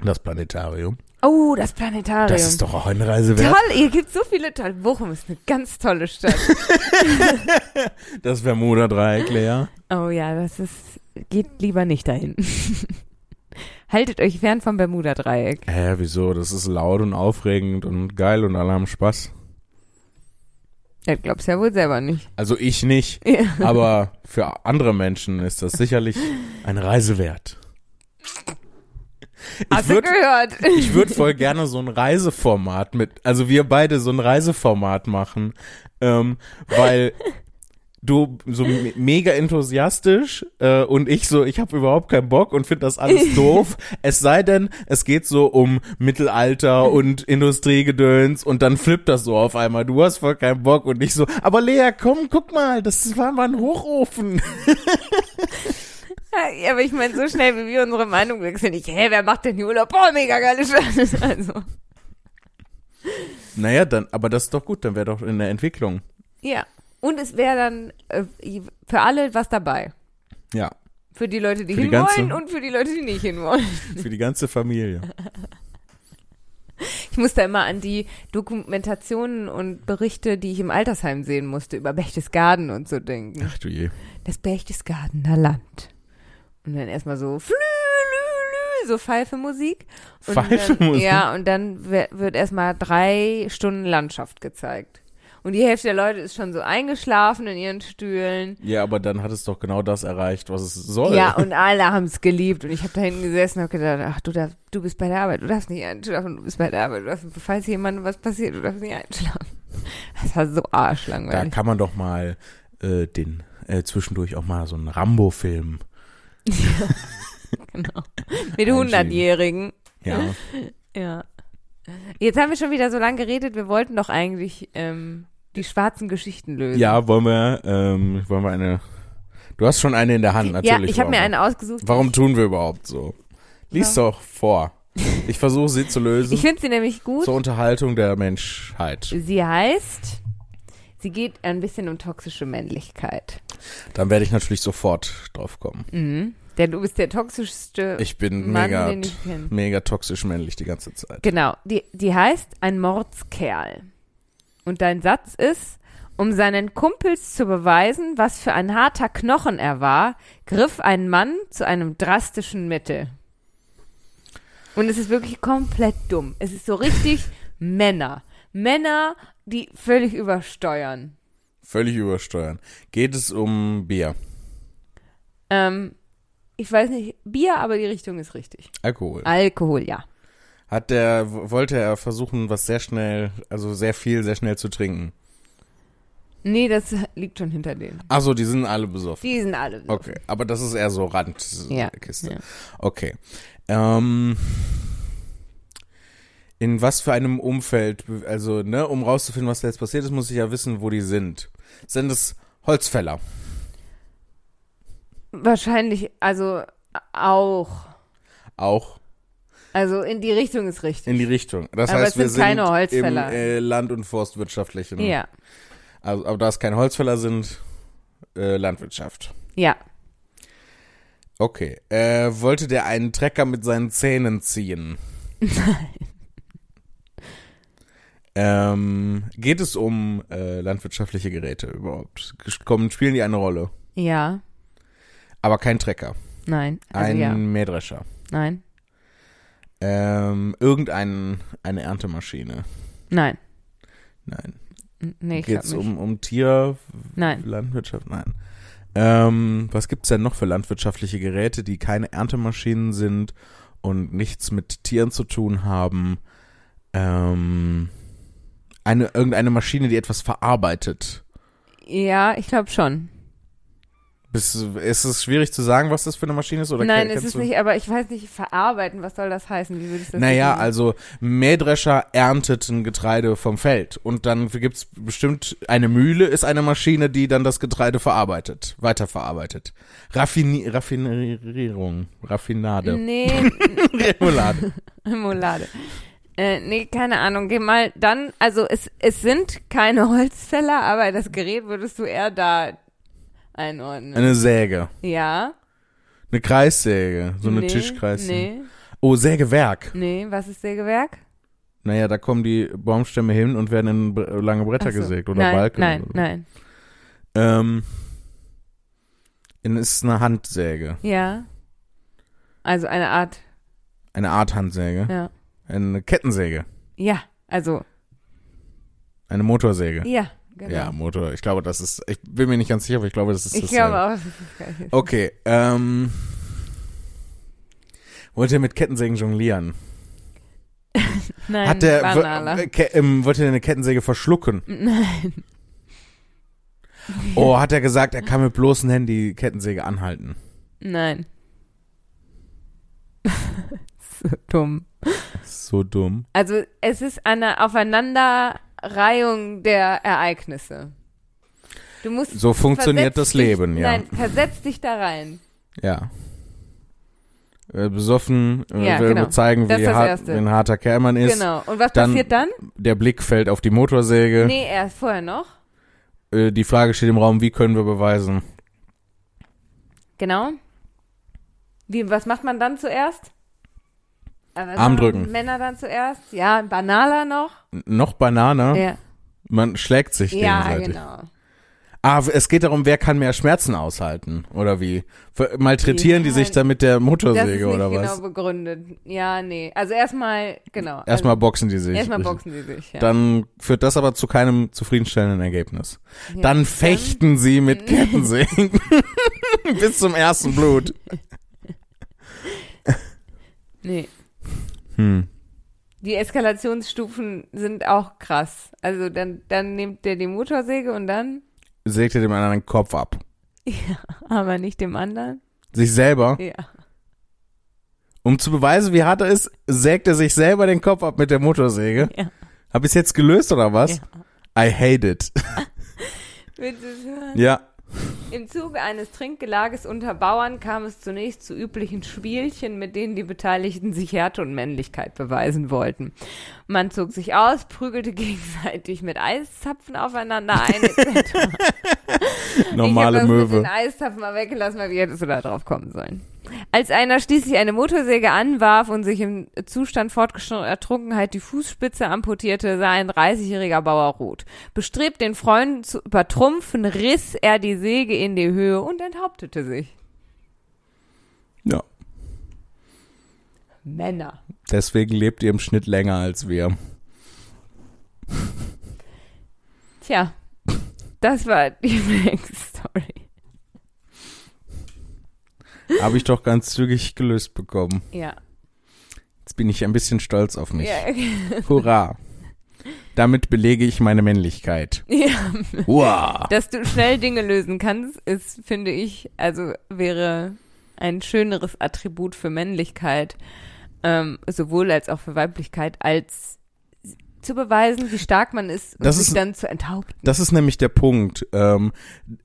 A: das Planetarium.
B: Oh, das Planetarium.
A: Das ist doch auch eine Reise wert.
B: Toll, hier gibt so viele tolle. Bochum ist eine ganz tolle Stadt.
A: Das Bermuda-Dreieck, Lea.
B: oh ja, das ist. Geht lieber nicht dahin. Haltet euch fern vom Bermuda-Dreieck.
A: Hä, wieso? Das ist laut und aufregend und geil und alle haben Spaß.
B: Das glaubst du ja wohl selber nicht.
A: Also ich nicht,
B: Ja.
A: aber für andere Menschen ist das sicherlich eine Reise wert. Ich
B: Hast du
A: würde
B: gehört?
A: ich würd voll gerne so ein Reiseformat mit, also wir beide so ein Reiseformat machen, ähm, weil du so me mega enthusiastisch äh, und ich so, ich habe überhaupt keinen Bock und finde das alles doof. es sei denn, es geht so um Mittelalter und Industriegedöns und dann flippt das so auf einmal. Du hast voll keinen Bock und ich so, aber Lea, komm, guck mal, das war mal ein Hochofen.
B: Ja, aber ich meine, so schnell wie wir unsere Meinung wechseln, ich, hä, wer macht denn hier Urlaub? Boah, mega geile Stadt. Also,
A: Naja, dann, aber das ist doch gut, dann wäre doch in der Entwicklung.
B: ja. Und es wäre dann äh, für alle was dabei.
A: Ja,
B: Für die Leute, die
A: Für die
B: hinwollen
A: ganze-
B: und für die Leute, die nicht hinwollen.
A: für die ganze Familie.
B: Ich muss da immer an die Dokumentationen und Berichte, die ich im Altersheim sehen musste, über Berchtesgaden und so denken.
A: Ach du je.
B: Das Berchtesgadener Land. Und dann erstmal so flü, lü, lü, so Pfeifemusik. Und Dann,
A: Pfeifemusik?
B: ja, und dann wer- wird erstmal drei Stunden Landschaft gezeigt. Und die Hälfte der Leute ist schon so eingeschlafen in ihren Stühlen.
A: Ja, aber dann hat es doch genau das erreicht, was es soll.
B: Ja, und alle haben es geliebt. Und ich habe da hinten gesessen und habe gedacht, ach, du, darfst, du bist bei der Arbeit, du darfst nicht einschlafen, du bist bei der Arbeit, du darfst, falls jemandem was passiert, du darfst nicht einschlafen. Das war so
A: da
B: arschlangweilig.
A: kann man doch mal äh, den äh, zwischendurch auch mal so einen Rambo-Film.
B: Genau. Mit
A: Einschieben.
B: 100-Jährigen. Mhm.
A: Ja.
B: Ja. Jetzt haben wir schon wieder so lange geredet, wir wollten doch eigentlich ähm, die schwarzen Geschichten lösen.
A: ja, wollen wir, ähm, wollen wir eine. Du hast schon eine in der Hand, natürlich.
B: ja ich habe
A: wollen
B: mir
A: wir.
B: eine ausgesucht.
A: Warum tun wir überhaupt so? Lies doch vor. Ich versuche sie zu lösen.
B: Ich finde sie nämlich gut.
A: zur Unterhaltung der Menschheit.
B: Sie heißt, sie geht ein bisschen um toxische Männlichkeit.
A: Dann werde ich natürlich sofort drauf kommen.
B: Mhm. Denn du bist der toxischste
A: Ich bin
B: Mann,
A: mega,
B: den ich kenne.
A: mega toxisch männlich die ganze Zeit.
B: Genau, die, die heißt Ein Mordskerl. Und dein Satz ist, um seinen Kumpels zu beweisen, was für ein harter Knochen er war, griff ein Mann zu einem drastischen Mittel. Und es ist wirklich komplett dumm. Es ist so richtig Männer. Männer, die völlig übersteuern.
A: Völlig übersteuern. Geht es um Bier,
B: Ähm, ich weiß nicht, Bier, aber die Richtung ist richtig.
A: Alkohol?
B: Alkohol, ja.
A: Hat der, w- wollte er versuchen, was sehr schnell, also sehr viel, sehr schnell zu trinken?
B: Nee, das liegt schon hinter denen.
A: Achso, Also, die sind alle besoffen.
B: Die sind alle. so.
A: Okay, aber das ist eher so
B: Ja,
A: Randkiste.
B: ja.
A: Okay. Ähm, in was für einem Umfeld, be- also, ne, um rauszufinden, was da jetzt passiert ist, muss ich ja wissen, wo die sind. Sind es Holzfäller?
B: Wahrscheinlich, also auch.
A: Auch
B: Also in die Richtung ist richtig.
A: in die Richtung. Das
B: Aber
A: heißt,
B: es
A: wir
B: sind keine
A: sind
B: Holzfäller.
A: im äh, Land- und forstwirtschaftlichen.
B: Ja,
A: Also, aber da es keine Holzfäller sind, äh, Landwirtschaft.
B: ja.
A: Okay. Äh, wollte der einen Trecker mit seinen Zähnen ziehen? Ähm, geht es um äh, landwirtschaftliche Geräte überhaupt? Ges- Kommen, spielen die eine Rolle?
B: Ja,
A: Aber kein Trecker.
B: nein. Also
A: Ein
B: ja,
A: Mähdrescher.
B: nein,
A: Ähm, irgendein, eine Erntemaschine.
B: nein.
A: Nein.
B: N- Nee, ich
A: geht
B: glaube
A: es
B: nicht.
A: um, um Tier,
B: nein.
A: Landwirtschaft? Nein. Ähm, was gibt's denn noch für landwirtschaftliche Geräte, die keine Erntemaschinen sind und nichts mit Tieren zu tun haben? Ähm, eine, irgendeine Maschine, die etwas verarbeitet.
B: Ja, ich glaube schon.
A: Bis, ist es schwierig zu sagen, was das für eine Maschine ist? Oder
B: nein,
A: ke-
B: es
A: kennst
B: ist
A: du?
B: nicht, aber ich weiß nicht, verarbeiten, was soll das heißen? Wie würdest du das
A: Naja,
B: definieren?
A: also Mähdrescher erntet ein Getreide vom Feld und dann gibt's bestimmt eine Mühle, ist eine Maschine, die dann das Getreide verarbeitet, weiterverarbeitet. Raffini Raffinierung, Raffinade,
B: Nee,
A: Remoulade.
B: Molade. Äh, nee, keine Ahnung. Geh mal dann, also es, es sind keine Holzfäller, aber das Gerät würdest du eher da einordnen.
A: Eine Säge,
B: Ja.
A: eine Kreissäge, so eine
B: nee,
A: Tischkreissäge.
B: Nee,
A: Oh, Sägewerk.
B: nee, was ist Sägewerk?
A: Naja, da kommen die Baumstämme hin und werden in bre- lange Bretter
B: Ach so.
A: gesägt oder
B: nein,
A: Balken.
B: Nein,
A: oder so.
B: nein.
A: Ähm, dann ist es eine Handsäge,
B: Ja. Also eine Art,
A: eine Art Handsäge,
B: ja.
A: eine Kettensäge,
B: Ja, also,
A: eine Motorsäge.
B: ja, genau.
A: Ja, Motor. Ich glaube, das ist. Ich bin mir nicht ganz sicher, aber ich glaube, das ist
B: ich
A: dasselbe.
B: glaube auch, das ist geil.
A: Okay. Ähm, wollte er mit Kettensägen jonglieren?
B: Nein,
A: Hat der
B: banaler.
A: w- ke, ähm, wollte er eine Kettensäge verschlucken?
B: Nein.
A: Oh, hat er gesagt, er kann mit bloßen Händen die Kettensäge anhalten?
B: Nein. so dumm.
A: So dumm.
B: Also, es ist eine Aufeinanderreihung der Ereignisse. Du musst.
A: So funktioniert das
B: versetz dich-
A: Leben, ja.
B: Nein, versetz dich da rein.
A: Ja. Äh, Besoffen äh,
B: Ja,
A: will
B: genau.
A: nur zeigen,
B: Das
A: wie,
B: ist das
A: hart,
B: Erste.
A: wie ein harter Kerl man ist.
B: genau. Und was
A: dann- Äh.
B: passiert dann?
A: Der Blick fällt auf die Motorsäge.
B: Nee, erst vorher noch.
A: Äh, die Frage steht im Raum, wie können wir beweisen?
B: Genau. Wie, was macht man dann zuerst? Aber
A: Arm
B: sagen
A: drücken.
B: Männer dann zuerst. Ja, ein banaler noch.
A: Noch Banane,
B: Ja,
A: man schlägt sich
B: ja
A: gegenseitig.
B: genau.
A: Ah, es geht darum, wer kann mehr Schmerzen aushalten oder wie? Ver- Malträtieren die
B: Ja,
A: sich dann mit der
B: Das ist
A: Motorsäge
B: nicht
A: oder
B: genau
A: was?
B: begründet. Ja, nee. Also erstmal, genau.
A: Erstmal boxen die
B: also,
A: sich.
B: erstmal boxen sie sich. Ja.
A: Dann führt das aber zu keinem zufriedenstellenden Ergebnis.
B: Ja.
A: Dann fechten sie mit Kettensägen bis zum ersten Blut.
B: Nee.
A: Hm.
B: Die Eskalationsstufen sind auch krass. Also dann, dann nimmt der die Motorsäge und dann,
A: Sägt ihr dem anderen den Kopf ab.
B: aber nicht dem anderen.
A: Sich selber.
B: Ja.
A: Um zu beweisen, wie hart er ist, sägt er sich selber den Kopf ab mit der Motorsäge.
B: Ja.
A: Hab ich's jetzt gelöst oder was? I hate it.
B: Willst du es hören?
A: Ja.
B: Im Zuge eines Trinkgelages unter Bauern kam es zunächst zu üblichen Spielchen, mit denen die Beteiligten sich Härte und Männlichkeit beweisen wollten. Man zog sich aus, prügelte gegenseitig mit Eiszapfen aufeinander ein. etc.
A: Normale
B: ich hab das Mit den
A: Möwe.
B: Eiszapfen mal weggelassen, weil wie hättest du da drauf kommen sollen? Als einer schließlich eine Motorsäge anwarf und sich im Zustand fortgeschrittener Ertrunkenheit die Fußspitze amputierte, sah ein 30-jähriger Bauer rot. Bestrebt, den Freund zu übertrumpfen, riss er die Säge in die Höhe und enthauptete sich.
A: Ja.
B: Männer.
A: Deswegen lebt ihr im Schnitt länger als wir.
B: Tja, das war die Black-Story.
A: Habe ich doch ganz zügig gelöst bekommen.
B: Ja.
A: Jetzt bin ich ein bisschen stolz auf mich.
B: Ja, okay.
A: Hurra. Damit belege ich meine Männlichkeit.
B: ja.
A: Hurra.
B: Dass du schnell Dinge lösen kannst, ist, finde ich, also wäre ein schöneres Attribut für Männlichkeit, ähm, sowohl als auch für Weiblichkeit, als zu beweisen, wie stark man ist und
A: Das
B: sich
A: ist-
B: dann zu enthaupten.
A: Das ist nämlich der Punkt. Ähm,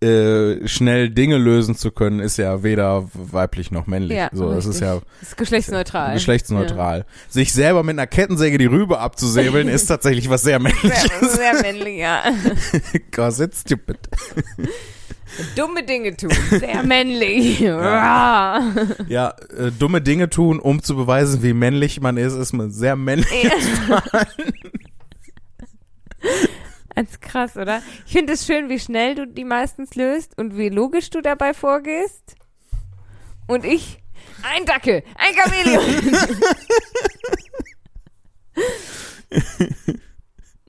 A: äh, schnell Dinge lösen zu können, ist ja weder weiblich noch männlich.
B: Ja,
A: so, das
B: richtig.
A: ist ja
B: Das ist geschlechtsneutral.
A: geschlechtsneutral. Sich selber mit einer Kettensäge die Rübe abzusäbeln, ist tatsächlich was sehr
B: Ja.
A: männliches.
B: Sehr, sehr männlich, ja.
A: Cause it's stupid.
B: Dumme Dinge tun. Sehr männlich. Ja.
A: Ja, äh, dumme Dinge tun, um zu beweisen, wie männlich man ist, ist man sehr männlich.
B: Das ist krass, oder? Ich finde es schön, wie schnell du die meistens löst und wie logisch du dabei vorgehst. Und ich, ein Dackel, ein Chamäleon.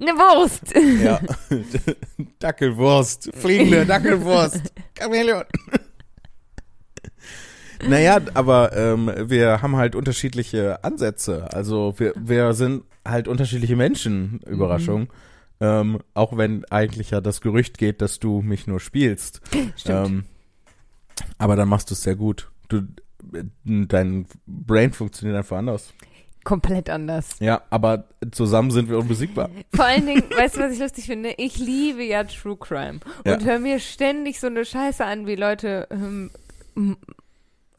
B: Eine Wurst.
A: Ja. Dackelwurst. Fliegende Dackelwurst. Chamäleon. Naja, aber ähm, wir haben halt unterschiedliche Ansätze. Also wir, wir sind halt unterschiedliche Menschen, Überraschung. Ähm, auch wenn eigentlich ja das Gerücht geht, dass du mich nur spielst.
B: Stimmt.
A: Ähm, aber dann machst du es sehr gut. Du, dein Brain funktioniert einfach anders.
B: Komplett anders.
A: Ja, aber zusammen sind wir unbesiegbar.
B: Vor allen Dingen, weißt du, was ich lustig finde? Ich liebe ja True Crime und
A: Ja.
B: höre mir ständig so eine Scheiße an, wie Leute, ähm, m-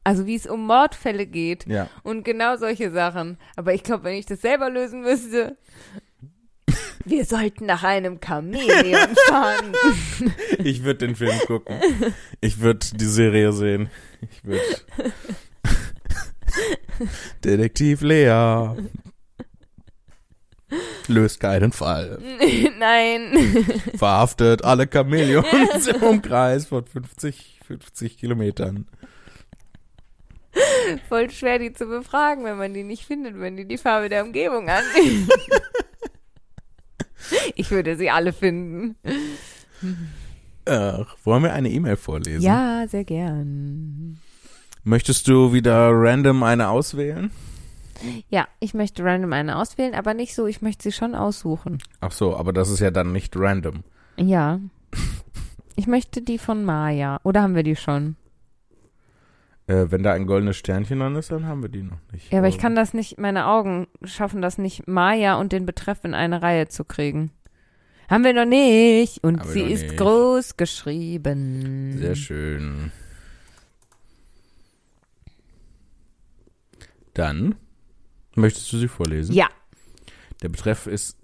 B: also wie es um Mordfälle geht.
A: Ja.
B: Und genau solche Sachen. Aber ich glaube, wenn ich das selber lösen müsste. Wir sollten nach einem Chamäleon fahren.
A: Ich würde den Film gucken. Ich würde die Serie sehen. Ich würde. Detektiv Lea. Löst keinen Fall.
B: Nein.
A: Verhaftet alle Chamäleons im Umkreis von 50, 50 Kilometern.
B: Voll schwer, die zu befragen, wenn man die nicht findet, wenn die die Farbe der Umgebung annehmen. Ich würde sie alle finden.
A: Ach, wollen wir eine E-Mail vorlesen?
B: Ja, sehr gern.
A: Möchtest du wieder random eine auswählen?
B: Ja, ich möchte random eine auswählen, aber nicht so, ich möchte sie schon aussuchen.
A: Ach so, aber das ist ja dann nicht random.
B: Ja. Ich möchte die von Maya. Oder haben wir die schon?
A: Äh, wenn da ein goldenes Sternchen dran ist, dann haben wir die noch nicht. Oh.
B: Ja, aber ich kann das nicht, meine Augen schaffen das nicht, Maya und den Betreff in eine Reihe zu kriegen. Haben wir noch nicht. Und
A: Haben wir
B: sie
A: noch
B: ist
A: nicht.
B: groß geschrieben.
A: Sehr schön. Dann möchtest du sie vorlesen?
B: Ja,
A: Der Betreff ist.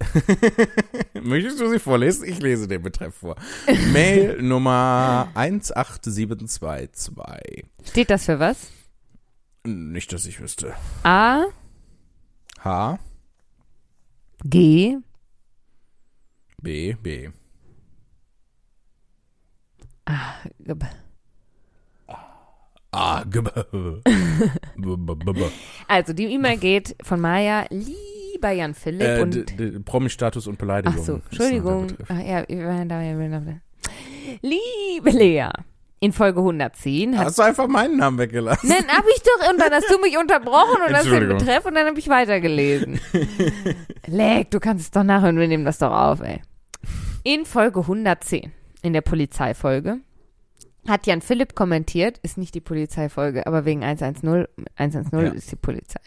A: möchtest du sie vorlesen? Ich lese den Betreff vor. Mail Nummer 18722.
B: steht das für was?
A: Nicht, dass ich wüsste.
B: A,
A: H,
B: G,
A: B, B.
B: G-
A: Ah, gib- b- b- b- b-
B: Also, die E-Mail geht von Maya, lieber Jan Philipp
A: Äh, d-
B: und.
A: d- Promi-Status und Beleidigung.
B: Ach so,
A: ist
B: Entschuldigung.
A: noch der Begriff.
B: Ach, ja, wir waren da, wir waren da. Liebe Lea, in Folge 110 hat.
A: Hast du einfach meinen Namen weggelassen?
B: Nein, hab ich doch, und dann hast du mich unterbrochen und hast den
A: Entschuldigung.
B: Betreff und dann habe ich weitergelesen. Leck, du kannst es doch nachhören, wir nehmen das doch auf, ey. In Folge 110, in der Polizeifolge, hat Jan Philipp kommentiert, ist nicht die Polizeifolge, aber wegen 110, 110
A: Ja.
B: ist die Polizei.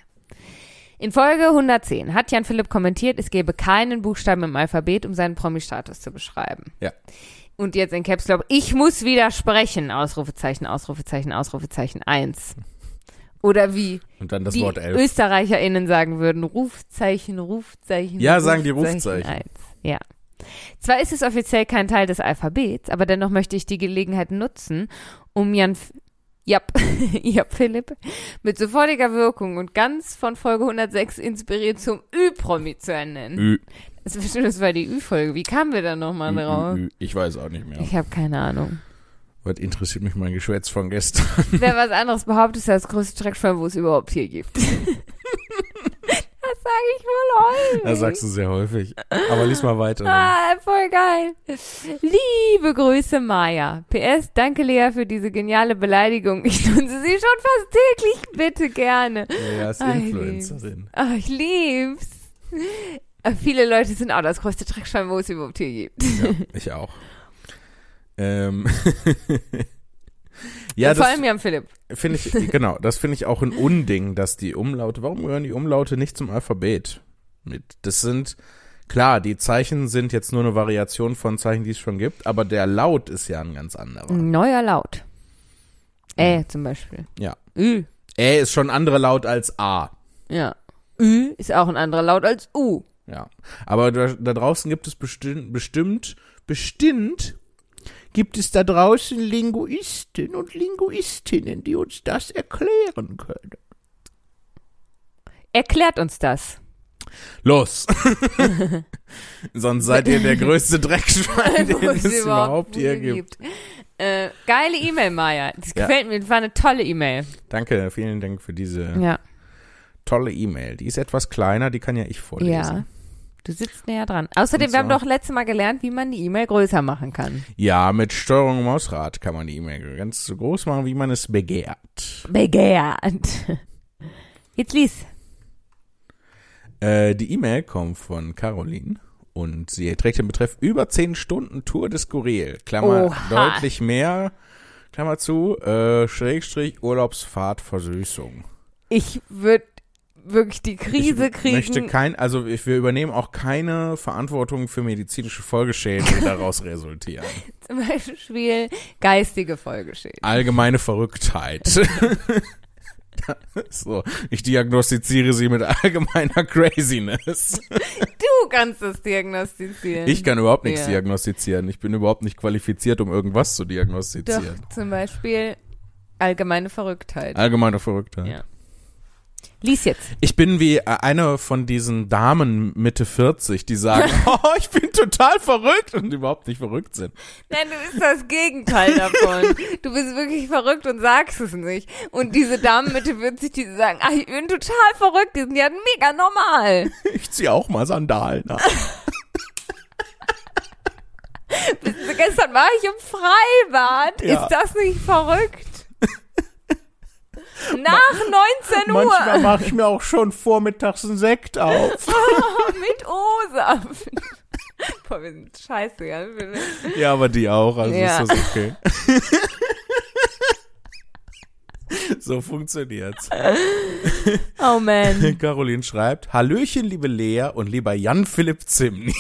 B: In Folge 110 hat Jan Philipp kommentiert, es gäbe keinen Buchstaben im Alphabet, um seinen Promi-Status zu beschreiben.
A: Ja.
B: Und jetzt in Caps Lock, ich muss widersprechen, Ausrufezeichen, Ausrufezeichen, Ausrufezeichen 1. Oder wie
A: Und dann das
B: die
A: Wort elf.
B: ÖsterreicherInnen sagen würden, Rufzeichen, Rufzeichen,
A: Ja, sagen die Rufzeichen.
B: eins. Ja. Zwar ist es offiziell kein Teil des Alphabets, aber dennoch möchte ich die Gelegenheit nutzen, um Jan, F Jap, Jap Philipp mit sofortiger Wirkung und ganz von Folge 106 inspiriert zum Ü-Promi zu ernennen.
A: Ü,
B: Das, ist bestimmt- das war die Ü-Folge. Wie kamen wir da
A: Ü,
B: nochmal drauf?
A: Ü, Ü. Ich weiß auch nicht mehr.
B: Ich habe keine Ahnung.
A: Was interessiert mich mein Geschwätz von gestern?
B: Wer was anderes behauptet, ist das größte Schreckschwein, wo es überhaupt hier gibt. das sage ich wohl häufig.
A: Das sagst du sehr häufig. Aber lies mal weiter.
B: Ah, voll geil. Liebe Grüße, Maya. PS, danke Lea für diese geniale Beleidigung. Ich nutze sie schon fast täglich. Bitte gerne.
A: Er ist
B: Ah,
A: Influencerin.
B: Ah, ich lieb's. Äh, Viele Leute sind auch das größte Dreckschwein, wo es überhaupt hier gibt.
A: Ich auch. Ähm. ja,
B: Vor
A: das
B: allem Jan Philipp.
A: finde ich, genau, das finde ich auch ein Unding, dass die Umlaute, warum gehören die Umlaute nicht zum Alphabet mit? Das sind, klar, die Zeichen sind jetzt nur eine Variation von Zeichen, die es schon gibt, aber der Laut ist ja ein ganz anderer.
B: Neuer Laut. Äh, zum Beispiel.
A: Ja.
B: Ü.
A: Ä ist schon ein anderer Laut als A.
B: Ja. Ü ist auch ein anderer Laut als U.
A: Ja. Aber da, da draußen gibt es bestimmt, bestimmt, bestimmt gibt es da draußen Linguisten und Linguistinnen, die uns das erklären können.
B: Erklärt uns das.
A: Los! Sonst seid ihr der größte Dreckschwein, den
B: Wo
A: es überhaupt hier gibt.
B: Äh, geile E-Mail, Maya. Das
A: Ja.
B: gefällt mir. Das war eine tolle E-Mail.
A: Danke, vielen Dank für diese
B: Ja.
A: tolle E-Mail. Die ist etwas kleiner, die kann ja ich vorlesen.
B: Du sitzt näher dran. Außerdem,
A: Und
B: wir haben
A: zwar-
B: doch letztes Mal gelernt, wie man die E-Mail größer machen kann.
A: Ja, mit Steuerung und Mausrad kann man die E-Mail ganz so groß machen, wie man es begehrt.
B: Begehrt. Jetzt lies.
A: Äh, die E-Mail kommt von Caroline und sie trägt den Betreff über 10 Stunden Tour des Skurril. Klammer
B: Oha.
A: deutlich mehr. Klammer zu, äh, Schrägstrich Urlaubsfahrt Versüßung.
B: Ich würde wirklich die Krise
A: ich
B: kriegen.
A: möchte kein, also ich, wir übernehmen auch keine Verantwortung für medizinische Folgeschäden, die daraus resultieren.
B: Zum Beispiel geistige Folgeschäden.
A: Allgemeine Verrücktheit. so, ich diagnostiziere sie mit allgemeiner Craziness.
B: Du kannst das diagnostizieren.
A: Ich kann überhaupt nichts
B: Ja.
A: diagnostizieren. Ich bin überhaupt nicht qualifiziert, um irgendwas zu
B: Doch,
A: diagnostizieren.
B: zum Beispiel allgemeine Verrücktheit.
A: Allgemeiner Verrückter.
B: Ja. Lies jetzt.
A: Ich bin wie äh, eine von diesen Damen Mitte 40, die sagen, oh, ich bin total verrückt und überhaupt nicht verrückt sind.
B: Nein, du bist das Gegenteil davon. Du bist wirklich verrückt und sagst es nicht. Und diese Damen Mitte 40, die sagen, ach, ich bin total verrückt, die sind ja mega normal.
A: Ich ziehe auch mal Sandalen an.
B: Also Gestern war ich im Freibad.
A: Ja.
B: Ist das nicht verrückt? Nach 19
A: Manchmal
B: Uhr
A: mache ich mir auch schon vormittags einen Sekt auf.
B: mit O-Saft. Boah, wir sind scheiße. Ja.
A: Ja, aber die auch, also
B: Ja.
A: ist das okay. so funktioniert's.
B: Oh man.
A: Caroline schreibt, Hallöchen, liebe Lea und lieber Jan-Philipp Zimni.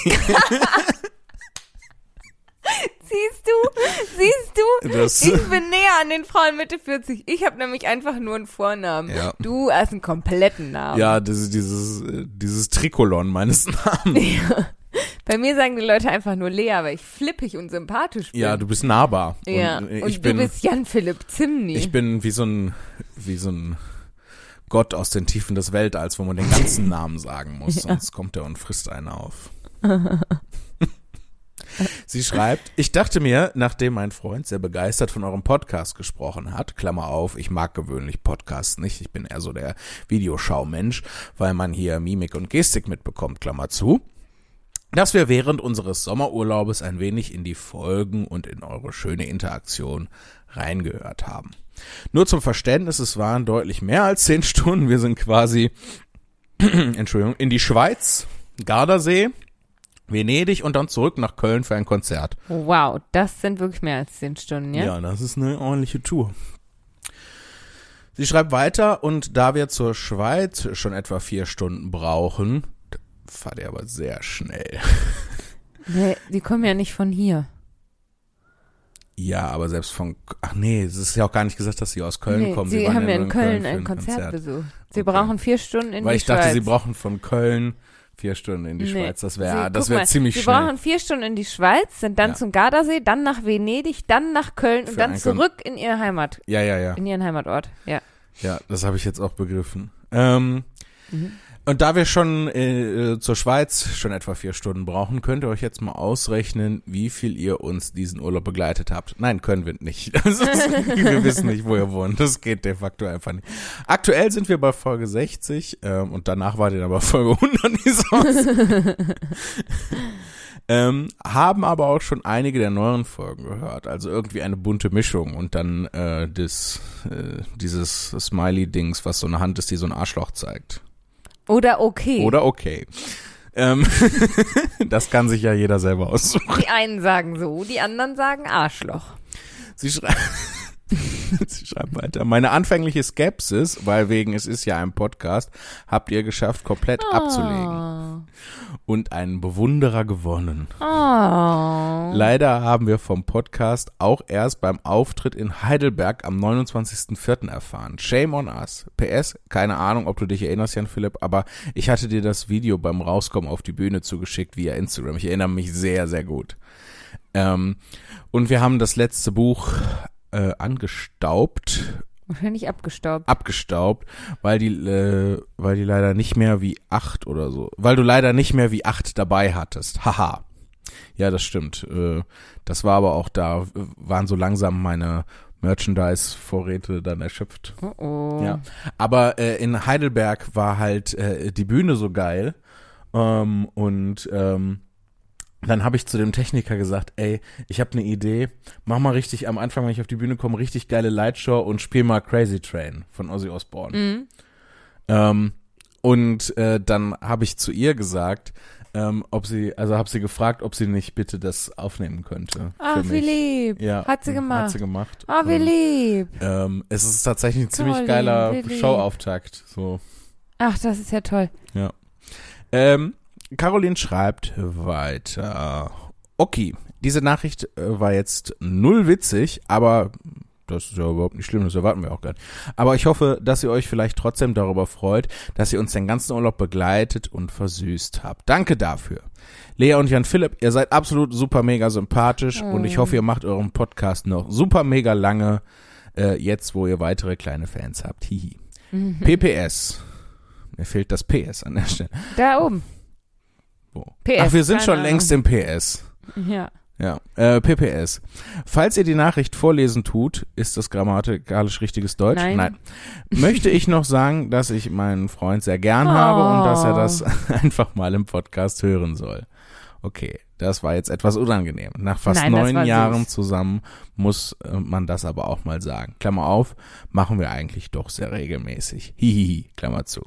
B: Siehst du? Siehst du?
A: Das-
B: ich bin näher an den Frauen Mitte 40. Ich habe nämlich einfach nur einen Vornamen.
A: Ja.
B: Du hast einen kompletten Namen.
A: Ja, das ist dieses, äh, dieses Trikolon meines Namens.
B: Bei mir sagen die Leute einfach nur Lea, weil ich flippig und sympathisch bin.
A: Ja, du bist nahbar.
B: ja.
A: Und, äh,
B: Und
A: ich
B: du
A: bin,
B: bist Jan Philipp Zimny.
A: ich bin wie so ein, wie so ein Gott aus den Tiefen des Weltalls, wo man den ganzen Namen sagen muss, sonst kommt er und frisst einen auf. Sie schreibt, ich dachte mir, nachdem mein Freund sehr begeistert von eurem Podcast gesprochen hat, Klammer auf, ich mag gewöhnlich Podcasts nicht, ich bin eher so der Videoschau-Mensch, weil man hier Mimik und Gestik mitbekommt, Klammer zu, dass wir während unseres Sommerurlaubes ein wenig in die Folgen und in eure schöne Interaktion reingehört haben. Nur zum Verständnis, es waren deutlich mehr als zehn Stunden. Wir sind quasi, Entschuldigung, in die Schweiz, Gardasee, Venedig und dann zurück nach Köln für ein Konzert.
B: Wow, das sind wirklich mehr als zehn Stunden, ja?
A: Ja, das ist eine ordentliche Tour. Sie schreibt weiter, und da wir zur Schweiz schon etwa vier Stunden brauchen, da fahrt ihr aber sehr schnell.
B: Nee, Die kommen ja nicht von hier.
A: Ja, aber selbst von, ach nee, es ist ja auch gar nicht gesagt, dass sie aus Köln
B: nee,
A: kommen.
B: sie,
A: waren
B: haben ja
A: nur
B: in Köln,
A: für
B: ein Konzert, besucht. Sie
A: Okay.
B: brauchen vier Stunden in
A: Weil
B: die
A: ich dachte,
B: Schweiz.
A: sie brauchen von Köln vier Stunden in die
B: Nee.
A: Schweiz. Das
B: Sie-
A: wäre, das
B: guck
A: wäre
B: mal,
A: ziemlich
B: Sie
A: schnell.
B: brauchen vier Stunden in die Schweiz, sind dann
A: Ja.
B: zum Gardasee, dann nach Venedig, dann nach Köln und
A: Für
B: dann
A: ein Kon-
B: zurück in ihre Heimat,
A: ja, ja, ja.
B: in ihren Heimatort. Ja.
A: Ja, das habe ich jetzt auch begriffen. Ähm, Und da wir schon äh, zur Schweiz schon etwa vier Stunden brauchen, könnt ihr euch jetzt mal ausrechnen, wie viel ihr uns diesen Urlaub begleitet habt. Nein, können wir nicht. Das ist, wir wissen nicht, wo ihr wohnt. Das geht de facto einfach nicht. Aktuell sind wir bei Folge 60 ähm, und danach war ihr dann bei Folge 100 nicht so. Ähm, haben aber auch schon einige der neueren Folgen gehört, also irgendwie eine bunte Mischung und dann äh, das, äh, dieses Smiley-Dings, was so eine Hand ist, die so ein Arschloch zeigt.
B: Oder okay.
A: Oder okay. Ähm, das kann sich ja jeder selber aussuchen.
B: Die einen sagen so, die anderen sagen Arschloch.
A: Sie, schrei Sie schreibt weiter. Meine anfängliche Skepsis, weil wegen es ist ja ein Podcast, habt ihr geschafft, komplett abzulegen und einen Bewunderer gewonnen.
B: Oh.
A: Leider haben wir vom Podcast auch erst beim Auftritt in Heidelberg am 29.04. erfahren. Shame on us. PS, keine Ahnung, ob du dich erinnerst, Jan Philipp, aber ich hatte dir das Video beim Rauskommen auf die Bühne zugeschickt via Instagram. Ich erinnere mich sehr, sehr gut. Ähm, und wir haben das letzte Buch äh, angestaubt
B: Wahrscheinlich abgestaubt.
A: abgestaubt, weil die, äh, weil die leider nicht mehr wie acht oder so, weil du leider nicht mehr wie acht dabei hattest. Haha. Ja, das stimmt. Äh, das war aber auch da, äh, waren so langsam meine Merchandise-Vorräte dann erschöpft.
B: Oh oh.
A: Ja. Aber äh, in Heidelberg war halt äh, die Bühne so geil. Ähm, und ähm, dann habe ich zu dem Techniker gesagt, ey, ich habe eine Idee, mach mal richtig am Anfang, wenn ich auf die Bühne komme, richtig geile Lightshow und spiel mal Crazy Train von Ozzy Osbourne.
B: Mhm.
A: Ähm, und äh, dann habe ich zu ihr gesagt, ähm, ob sie, also habe sie gefragt, ob sie nicht bitte das aufnehmen könnte.
B: Ach,
A: für
B: wie
A: mich.
B: lieb.
A: Ja,
B: Ah, Hat sie
A: Hat
B: gemacht.
A: sie gemacht.
B: Ah, wie
A: Ähm,
B: lieb.
A: ähm, es ist tatsächlich ein ziemlich
B: Colin,
A: geiler
B: Willi.
A: Showauftakt. So.
B: Ach, das ist ja toll.
A: Ähm, Caroline schreibt weiter. Okay, diese Nachricht äh, war jetzt null witzig, aber das ist ja überhaupt nicht schlimm, das erwarten wir auch gar nicht. Aber ich hoffe, dass ihr euch vielleicht trotzdem darüber freut, dass ihr uns den ganzen Urlaub begleitet und versüßt habt. Danke dafür. Lea und Jan Philipp, ihr seid absolut super mega sympathisch und ich hoffe, ihr macht euren Podcast noch super mega lange, äh, jetzt wo ihr weitere kleine Fans habt. Hihi.
B: Mhm.
A: PPS. Mir fehlt das PS an der Stelle.
B: Da oben.
A: Wo?
B: PS,
A: Ach, wir sind
B: keine
A: schon
B: Ahnung.
A: längst im PS.
B: Ja.
A: Ja, äh, PPS. Falls ihr die Nachricht vorlesen tut, ist das grammatikalisch richtiges Deutsch?
B: Nein.
A: Möchte ich noch sagen, dass ich meinen Freund sehr gern
B: Oh.
A: habe und dass er das einfach mal im Podcast hören soll. Okay, das war jetzt etwas unangenehm. Nach fast
B: Nein, das war
A: neun Jahren
B: süß.
A: zusammen muss äh, man das aber auch mal sagen. Klammer auf, machen wir eigentlich doch sehr regelmäßig. Hihihi, Klammer zu.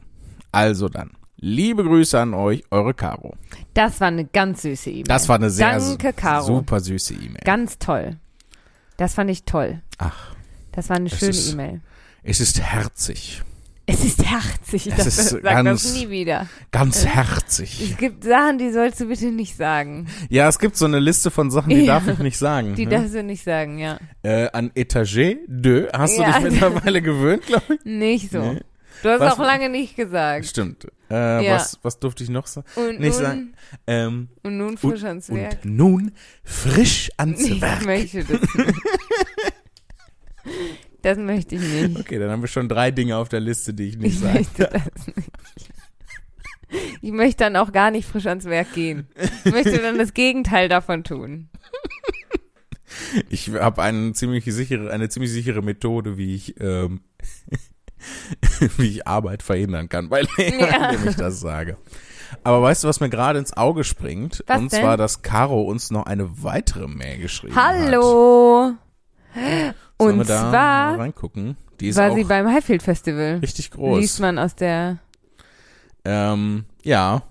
A: Also dann, liebe Grüße an euch, eure Caro.
B: Das war eine ganz süße E-Mail.
A: Das war eine sehr
B: Danke, Caro.
A: super süße E-Mail.
B: Ganz toll. Das fand ich toll.
A: Ach,
B: Das war eine
A: Es
B: schöne
A: ist-
B: E-Mail.
A: es ist herzig.
B: Es ist herzig.
A: Es
B: Das
A: ist
B: sag das
A: ganz-
B: nie wieder.
A: Ganz
B: Äh.
A: herzig.
B: Es gibt Sachen, die sollst du bitte nicht sagen.
A: Ja, es gibt so eine Liste von Sachen, die
B: Ja.
A: darf ich nicht sagen.
B: Die
A: ne?
B: darfst du nicht sagen, ja.
A: äh, an Etagé 2 hast du
B: Ja.
A: dich mittlerweile gewöhnt, glaube
B: Nicht so.
A: Nee.
B: Du hast
A: Was-
B: auch lange nicht
A: ich.
B: gesagt.
A: Stimmt. Äh,
B: Ja.
A: was, was durfte ich noch sagen?
B: Und
A: Nicht
B: nun,
A: sagen. Ähm,
B: Und nun
A: und,
B: frisch ans Werk.
A: und nun frisch ans
B: Ich
A: Werk.
B: möchte das nicht. Das möchte ich nicht.
A: Okay, dann haben wir schon drei Dinge auf der Liste, die ich nicht
B: Ich
A: sage.
B: möchte das nicht. Ich möchte dann auch gar nicht frisch ans Werk gehen. Ich möchte dann das Gegenteil davon tun.
A: Ich habe eine ziemlich sichere, eine ziemlich sichere Methode, wie ich, ähm, wie ich Arbeit verhindern kann bei Lehrern,
B: Ja.
A: indem ich das sage. Aber weißt du, was mir gerade ins Auge springt?
B: Was
A: Und
B: denn?
A: zwar, dass Caro uns noch eine weitere Mail geschrieben hat.
B: Hallo!
A: Sollen wir
B: Und
A: da mal
B: zwar
A: reingucken. Die ist
B: war
A: auch
B: sie beim Highfield Festival.
A: richtig
B: Liest
A: groß.
B: man aus der.
A: Ähm, ja.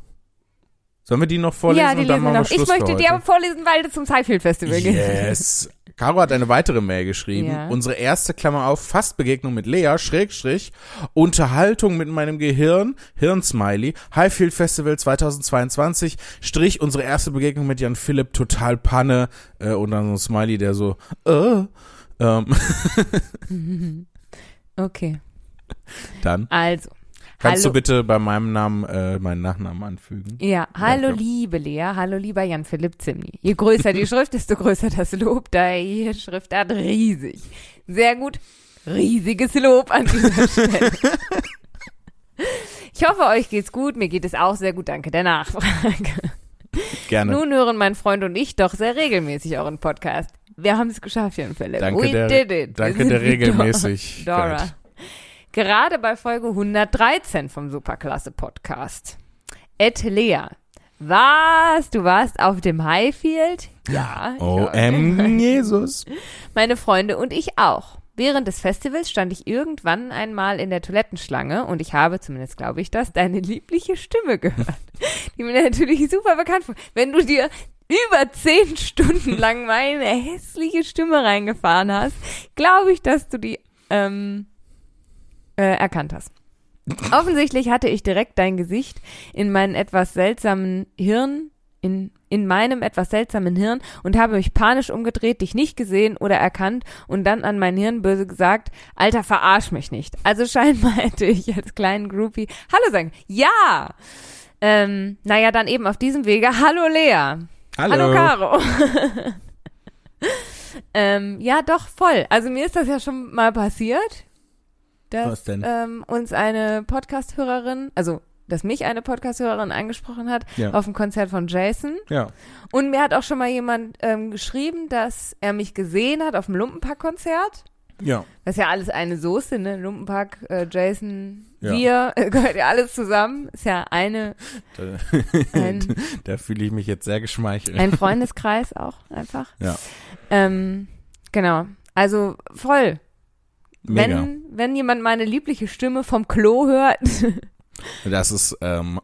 A: Sollen wir die noch vorlesen
B: ja, die
A: und dann
B: lesen
A: machen
B: wir
A: wir
B: noch.
A: Schluss
B: Ich möchte
A: für
B: die
A: heute?
B: aber vorlesen, weil du zum Highfield Festival gehst.
A: Yes. Caro hat eine weitere Mail geschrieben.
B: Ja.
A: Unsere erste Klammer auf, Fastbegegnung mit Lea, Schrägstrich, Unterhaltung mit meinem Gehirn, Hirnsmiley, Highfield Festival 2022, Strich, unsere erste Begegnung mit Jan Philipp, total Panne, äh, und dann so ein Smiley, der so, äh, ähm,
B: Okay,
A: dann
B: also.
A: kannst
B: hallo.
A: du bitte bei meinem Namen, äh, meinen Nachnamen anfügen.
B: Ja, hallo
A: Danke.
B: liebe Lea, hallo lieber Jan Philipp Zimni. Je größer die Schrift, desto größer das Lob, da ihr Schriftart riesig. Sehr gut, riesiges Lob an dieser Stelle. Ich hoffe, euch geht's gut, mir geht es auch sehr gut, danke der Nachfrage.
A: Gerne.
B: Nun hören mein Freund und ich doch sehr regelmäßig euren Podcast. Wir haben es geschafft, Jan Philipp.
A: danke
B: We
A: der,
B: did it. Wir
A: danke
B: sind
A: der
B: wie Dora.
A: Regelmäßigkeit.
B: Dora. Gerade bei Folge 113 vom Superklasse Podcast. Et Lea. Was? Du warst auf dem Highfield? Ja. ich
A: Oh,
B: war-
A: ähm, Jesus.
B: Meine Freunde und ich auch. Während des Festivals stand ich irgendwann einmal in der Toilettenschlange und ich habe, zumindest glaube ich das, deine liebliche Stimme gehört. Die mir natürlich super bekannt war. Wenn du dir über zehn Stunden lang meine hässliche Stimme reingefahren hast, glaube ich, dass du die ähm, äh, erkannt hast. Offensichtlich hatte ich direkt dein Gesicht in meinen etwas seltsamen Hirn, in, in meinem etwas seltsamen Hirn und habe mich panisch umgedreht, dich nicht gesehen oder erkannt und dann an mein Hirn böse gesagt, Alter, verarsch mich nicht. Also scheinbar hätte ich als kleinen Groupie Hallo sagen. Ja! Ähm, naja, dann eben auf diesem Wege. Hallo Lea. Hallo, Caro. ähm, ja, doch, voll. Also mir ist das ja schon mal passiert, dass
A: Was denn?
B: Ähm, uns eine Podcast-Hörerin, also dass mich eine Podcast-Hörerin angesprochen hat
A: Ja.
B: auf dem Konzert von Jason.
A: Ja.
B: Und mir hat auch schon mal jemand ähm, geschrieben, dass er mich gesehen hat auf dem Lumpenpack-Konzert.
A: Ja.
B: Das ist ja alles eine Soße, ne? Lumpenpack, äh, Jason,
A: Ja.
B: wir, äh, gehört ja alles zusammen. Ist ja eine,
A: Da,
B: ein,
A: da fühle ich mich jetzt sehr geschmeichelt.
B: ein Freundeskreis auch einfach.
A: Ja.
B: Ähm, genau. Also voll.
A: Mega.
B: Wenn, wenn jemand meine liebliche Stimme vom Klo hört,
A: das ist, ähm,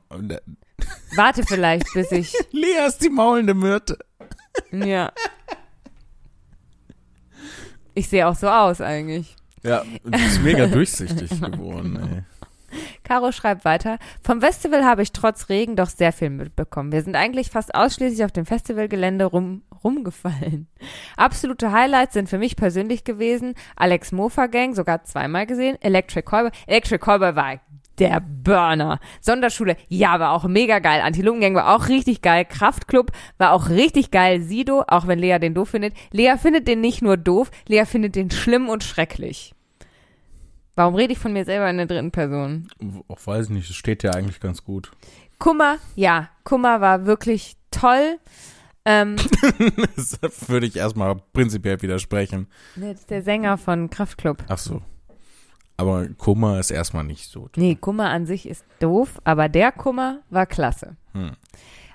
B: warte vielleicht, bis ich.
A: Lea ist die maulende Myrte.
B: Ja. Ich sehe auch so aus eigentlich.
A: Ja, die ist mega durchsichtig geworden, ey.
B: Caro schreibt weiter. Vom Festival habe ich trotz Regen doch sehr viel mitbekommen. Wir sind eigentlich fast ausschließlich auf dem Festivalgelände rum, rumgefallen. Absolute Highlights sind für mich persönlich gewesen. Alex Mofa Gang, sogar zweimal gesehen. Electric Callboy. Electric Callboy war der Burner. Sonderschule, ja, war auch mega geil. Antilopengang war auch richtig geil. Kraftclub war auch richtig geil. Sido, auch wenn Lea den doof findet. Lea findet den nicht nur doof, Lea findet den schlimm und schrecklich. Warum rede ich von mir selber in der dritten Person?
A: Auch weiß ich nicht, es steht ja eigentlich ganz gut.
B: Kummer, ja, Kummer war wirklich toll. Ähm,
A: Das würde ich erstmal prinzipiell widersprechen.
B: das ist der Sänger von Kraftklub.
A: Ach so. Aber Kummer ist erstmal nicht so.
B: Nee, Kummer an sich ist doof, aber der Kummer war klasse.
A: Hm.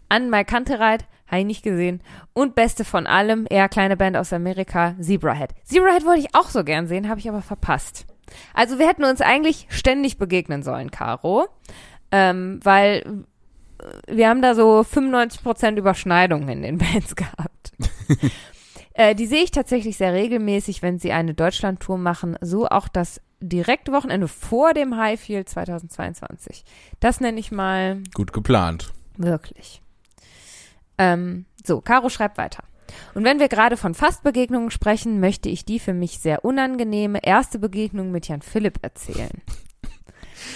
B: An Mai Kantereit, habe ich nicht gesehen. Und beste von allem, eher kleine Band aus Amerika, Zebrahead. Zebrahead wollte ich auch so gern sehen, habe ich aber verpasst. Also wir hätten uns eigentlich ständig begegnen sollen, Caro. Ähm, weil äh, wir haben da so 95% Überschneidungen in den Bands gehabt. äh, die sehe ich tatsächlich sehr regelmäßig, wenn sie eine Deutschlandtour machen. So auch das direkte Wochenende vor dem Highfield 2022. Das nenne ich mal
A: Gut geplant.
B: Wirklich. Ähm, so, Caro schreibt weiter. Und wenn wir gerade von Fastbegegnungen sprechen, möchte ich die für mich sehr unangenehme erste Begegnung mit Jan Philipp erzählen.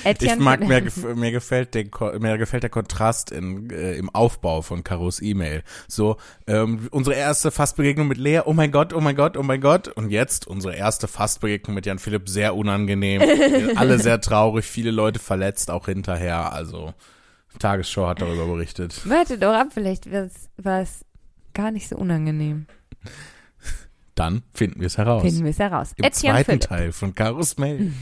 A: Ich
B: Etienne
A: mag,
B: von-
A: mir, gef mir, gefällt der, Ko- mir gefällt der Kontrast in, äh, im Aufbau von Karos E-Mail. So, ähm, unsere erste Fastbegegnung mit Lea, oh mein Gott, oh mein Gott, oh mein Gott. Und jetzt unsere erste Fastbegegnung mit Jan Philipp, sehr unangenehm. Wir Alle sehr traurig, viele Leute verletzt, auch hinterher. Also, Tagesschau hat darüber berichtet.
B: Warte doch ab, vielleicht war es gar nicht so unangenehm.
A: Dann finden wir es heraus.
B: Finden wir es heraus.
A: Im
B: Etienne
A: zweiten
B: Philipp.
A: Teil von Karos Mail.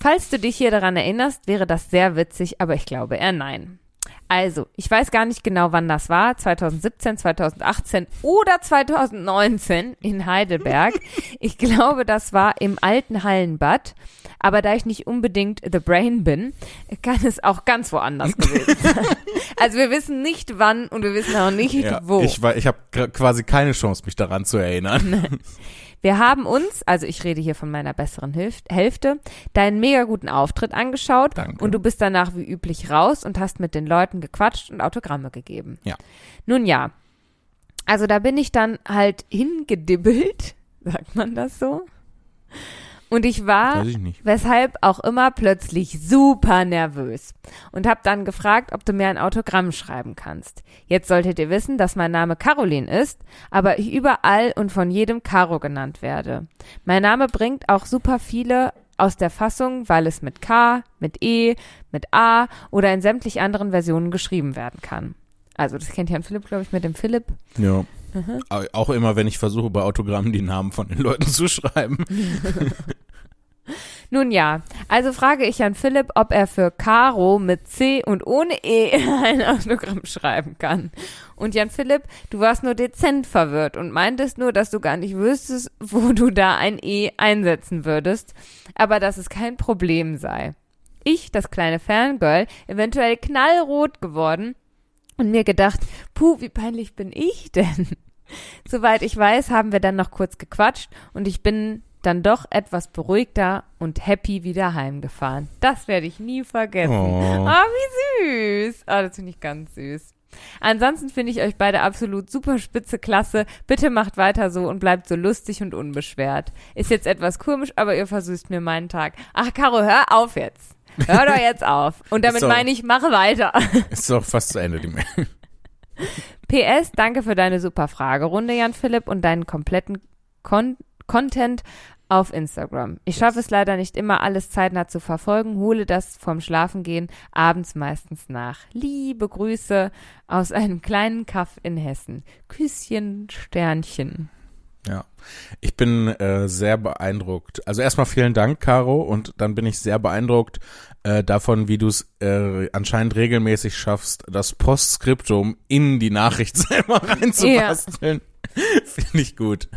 B: Falls du dich hier daran erinnerst, wäre das sehr witzig, aber ich glaube eher nein. Also, ich weiß gar nicht genau, wann das war, 2017, 2018 oder 2019 in Heidelberg. Ich glaube, das war im alten Hallenbad, aber da ich nicht unbedingt The Brain bin, kann es auch ganz woanders gewesen sein. Also wir wissen nicht wann und wir wissen auch nicht
A: Ja,
B: wo.
A: ich war- ich habe quasi keine Chance, mich daran zu erinnern.
B: Wir haben uns, also ich rede hier von meiner besseren Hilf Hälfte, deinen mega guten Auftritt angeschaut
A: Danke.
B: und du bist danach wie üblich raus und hast mit den Leuten gequatscht und Autogramme gegeben.
A: Ja.
B: Nun ja, also da bin ich dann halt hingedibbelt, sagt man das so? Und ich war,
A: Weiß ich nicht.
B: weshalb auch immer, plötzlich super nervös und habe dann gefragt, ob du mir ein Autogramm schreiben kannst. Jetzt solltet ihr wissen, dass mein Name Caroline ist, aber ich überall und von jedem Caro genannt werde. Mein Name bringt auch super viele aus der Fassung, weil es mit K, mit E, mit A oder in sämtlich anderen Versionen geschrieben werden kann. Also das kennt Jan Philipp, glaube ich, mit dem Philipp.
A: Ja. Au- Äh, Auch immer, wenn ich versuche, bei Autogrammen die Namen von den Leuten zu schreiben.
B: Nun ja, also frage ich an Philipp, ob er für Caro mit C und ohne E ein Autogramm schreiben kann. Und Jan Philipp, du warst nur dezent verwirrt und meintest nur, dass du gar nicht wüsstest, wo du da ein E einsetzen würdest, aber dass es kein Problem sei. Ich, das kleine Fangirl, eventuell knallrot geworden und mir gedacht, puh, wie peinlich bin ich denn? Soweit ich weiß, haben wir dann noch kurz gequatscht und ich bin dann doch etwas beruhigter und happy wieder heimgefahren. Das werde ich nie vergessen.
A: Oh.
B: Oh, wie süß. Oh, das finde ich ganz süß. Ansonsten finde ich euch beide absolut super spitze klasse. Bitte macht weiter so und bleibt so lustig und unbeschwert. Ist jetzt etwas komisch, aber ihr versüßt mir meinen Tag. Ach, Caro, hör auf jetzt. Hör doch jetzt auf. Und damit
A: So.
B: meine ich, mache weiter.
A: Ist doch fast zu Ende die Mail.
B: PS, danke für deine super Fragerunde, Jan Philipp, und deinen kompletten Kon Content auf Instagram. Ich schaffe es leider nicht immer, alles zeitnah zu verfolgen, hole das vom Schlafengehen abends meistens nach. Liebe Grüße aus einem kleinen Kaff in Hessen. Küsschen, Sternchen.
A: Ja. Ich bin äh, sehr beeindruckt. Also erstmal vielen Dank, Caro, und dann bin ich sehr beeindruckt äh, davon, wie du es äh, anscheinend regelmäßig schaffst, das Postskriptum in die Nachricht selber reinzubasteln. Finde ich gut.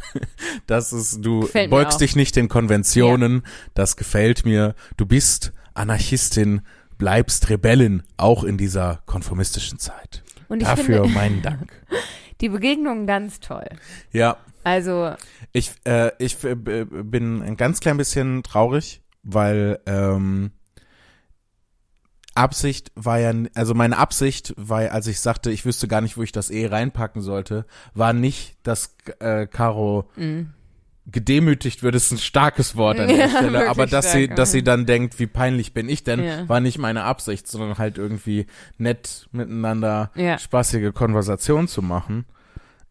A: Das ist, du
B: Gefällt mir
A: beugst
B: auch.
A: dich nicht den Konventionen. Das gefällt mir. Du bist Anarchistin, bleibst Rebellin, auch in dieser konformistischen Zeit.
B: Und ich
A: Dafür
B: finde
A: meinen Dank.
B: die Begegnung ganz toll.
A: Ja,
B: Also,
A: Ich, äh, ich äh, b- bin ein ganz klein bisschen traurig, weil ähm, Absicht war ja, n- also meine Absicht war, ja, als ich sagte, ich wüsste gar nicht, wo ich das eh reinpacken sollte, war nicht, dass äh, Caro
B: mh.
A: gedemütigt wird, ist ein starkes Wort an der
B: Mhm. Ja,
A: Stelle,
B: wirklich
A: aber dass sie,
B: stark,
A: dass
B: ja.
A: sie dann denkt, wie peinlich bin ich denn,
B: Ja.
A: war nicht meine Absicht, sondern halt irgendwie nett miteinander
B: Ja.
A: spaßige Konversation zu machen.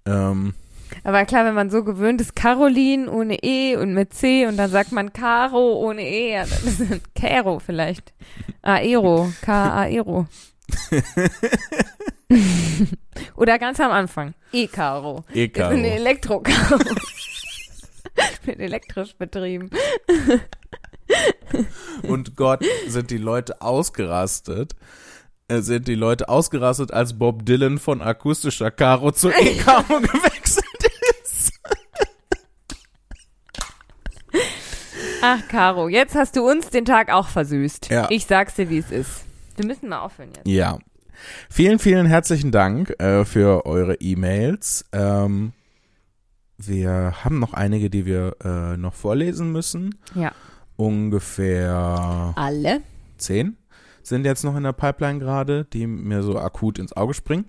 A: Ähm,
B: Aber klar, wenn man so gewöhnt ist, Caroline ohne E und mit C und dann sagt man Caro ohne E. ja, Das ist Caro vielleicht. Aero, K-Aero. Oder ganz am Anfang. E-Caro.
A: eh
B: Ist
A: Caro.
B: eine Elektro-Caro. Wird elektrisch betrieben.
A: und Gott, sind die Leute ausgerastet. Äh, Sind die Leute ausgerastet, als Bob Dylan von akustischer Karo zu E-Karo gewechselt ist?
B: Ach, Caro, jetzt hast du uns den Tag auch versüßt.
A: Ja.
B: Ich sag's dir, wie es ist. Wir müssen mal aufhören jetzt.
A: Ja. Vielen, vielen herzlichen Dank äh, für eure E-Mails. Ähm, wir haben noch einige, die wir äh, noch vorlesen müssen.
B: Ja.
A: Ungefähr
B: Alle?
A: zehn. sind jetzt noch in der Pipeline gerade, die mir so akut ins Auge springen.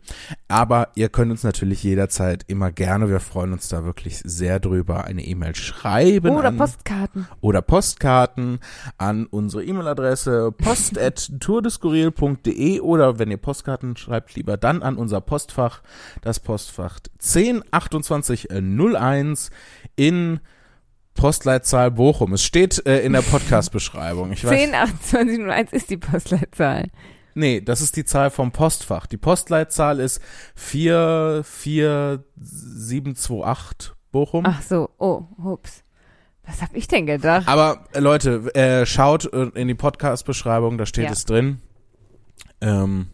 A: Aber ihr könnt uns natürlich jederzeit immer gerne, wir freuen uns da wirklich sehr drüber, eine E-Mail schreiben.
B: Oder
A: an-
B: Postkarten.
A: oder Postkarten an unsere E-Mail-Adresse post.tourdeskurril.de oder wenn ihr Postkarten schreibt, lieber dann an unser Postfach, das Postfach 102801 in Postleitzahl Bochum. Es steht äh, in der Podcast-Beschreibung. Ich weiß,
B: 10, 28, 01 ist die Postleitzahl.
A: nee, das ist die Zahl vom Postfach. Die Postleitzahl ist 44728 Bochum.
B: Ach so, oh, hups. Was hab ich denn gedacht?
A: Aber äh, Leute, äh, schaut äh, in die Podcast-Beschreibung, da steht
B: Ja.
A: es drin. Ähm,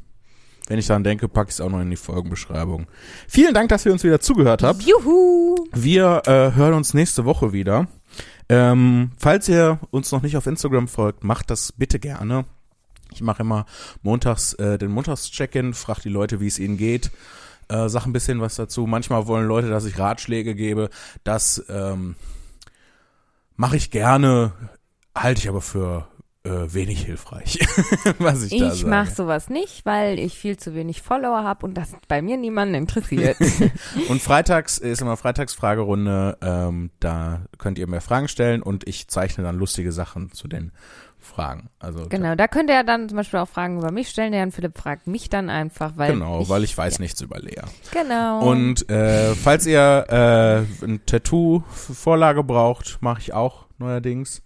A: wenn ich daran denke, packe ich es auch noch in die Folgenbeschreibung. Vielen Dank, dass ihr uns wieder zugehört habt.
B: Juhu!
A: Wir äh, hören uns nächste Woche wieder. Ähm, falls ihr uns noch nicht auf Instagram folgt, macht das bitte gerne. Ich mache immer montags äh, den Montags-Check-In, frage die Leute, wie es ihnen geht, äh, sag ein bisschen was dazu. Manchmal wollen Leute, dass ich Ratschläge gebe. Das ähm, mache ich gerne, halte ich aber für äh, wenig hilfreich, was ich, da
B: Ich
A: sage.
B: mach sowas nicht, weil ich viel zu wenig Follower habe und das bei mir niemanden interessiert.
A: Und freitags ist immer Freitagsfragerunde. Ähm, da könnt ihr mehr Fragen stellen und ich zeichne dann lustige Sachen zu den Fragen. Also
B: genau, da könnt ihr ja dann zum Beispiel auch Fragen über mich stellen. Der Jan Philipp fragt mich dann einfach, weil.
A: Genau, weil ich weiß nichts über Lea.
B: Genau.
A: Und äh, falls ihr äh, ein Tattoo-Vorlage braucht, mache ich auch neuerdings.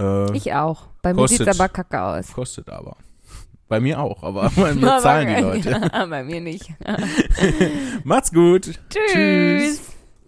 A: Äh,
B: ich auch. Bei mir
A: Kostet.
B: sieht's aber kacke aus.
A: kostet aber. Bei mir auch, aber bei mir zahlen die Leute.
B: Ja, bei mir nicht.
A: Macht's gut.
B: Tschüss.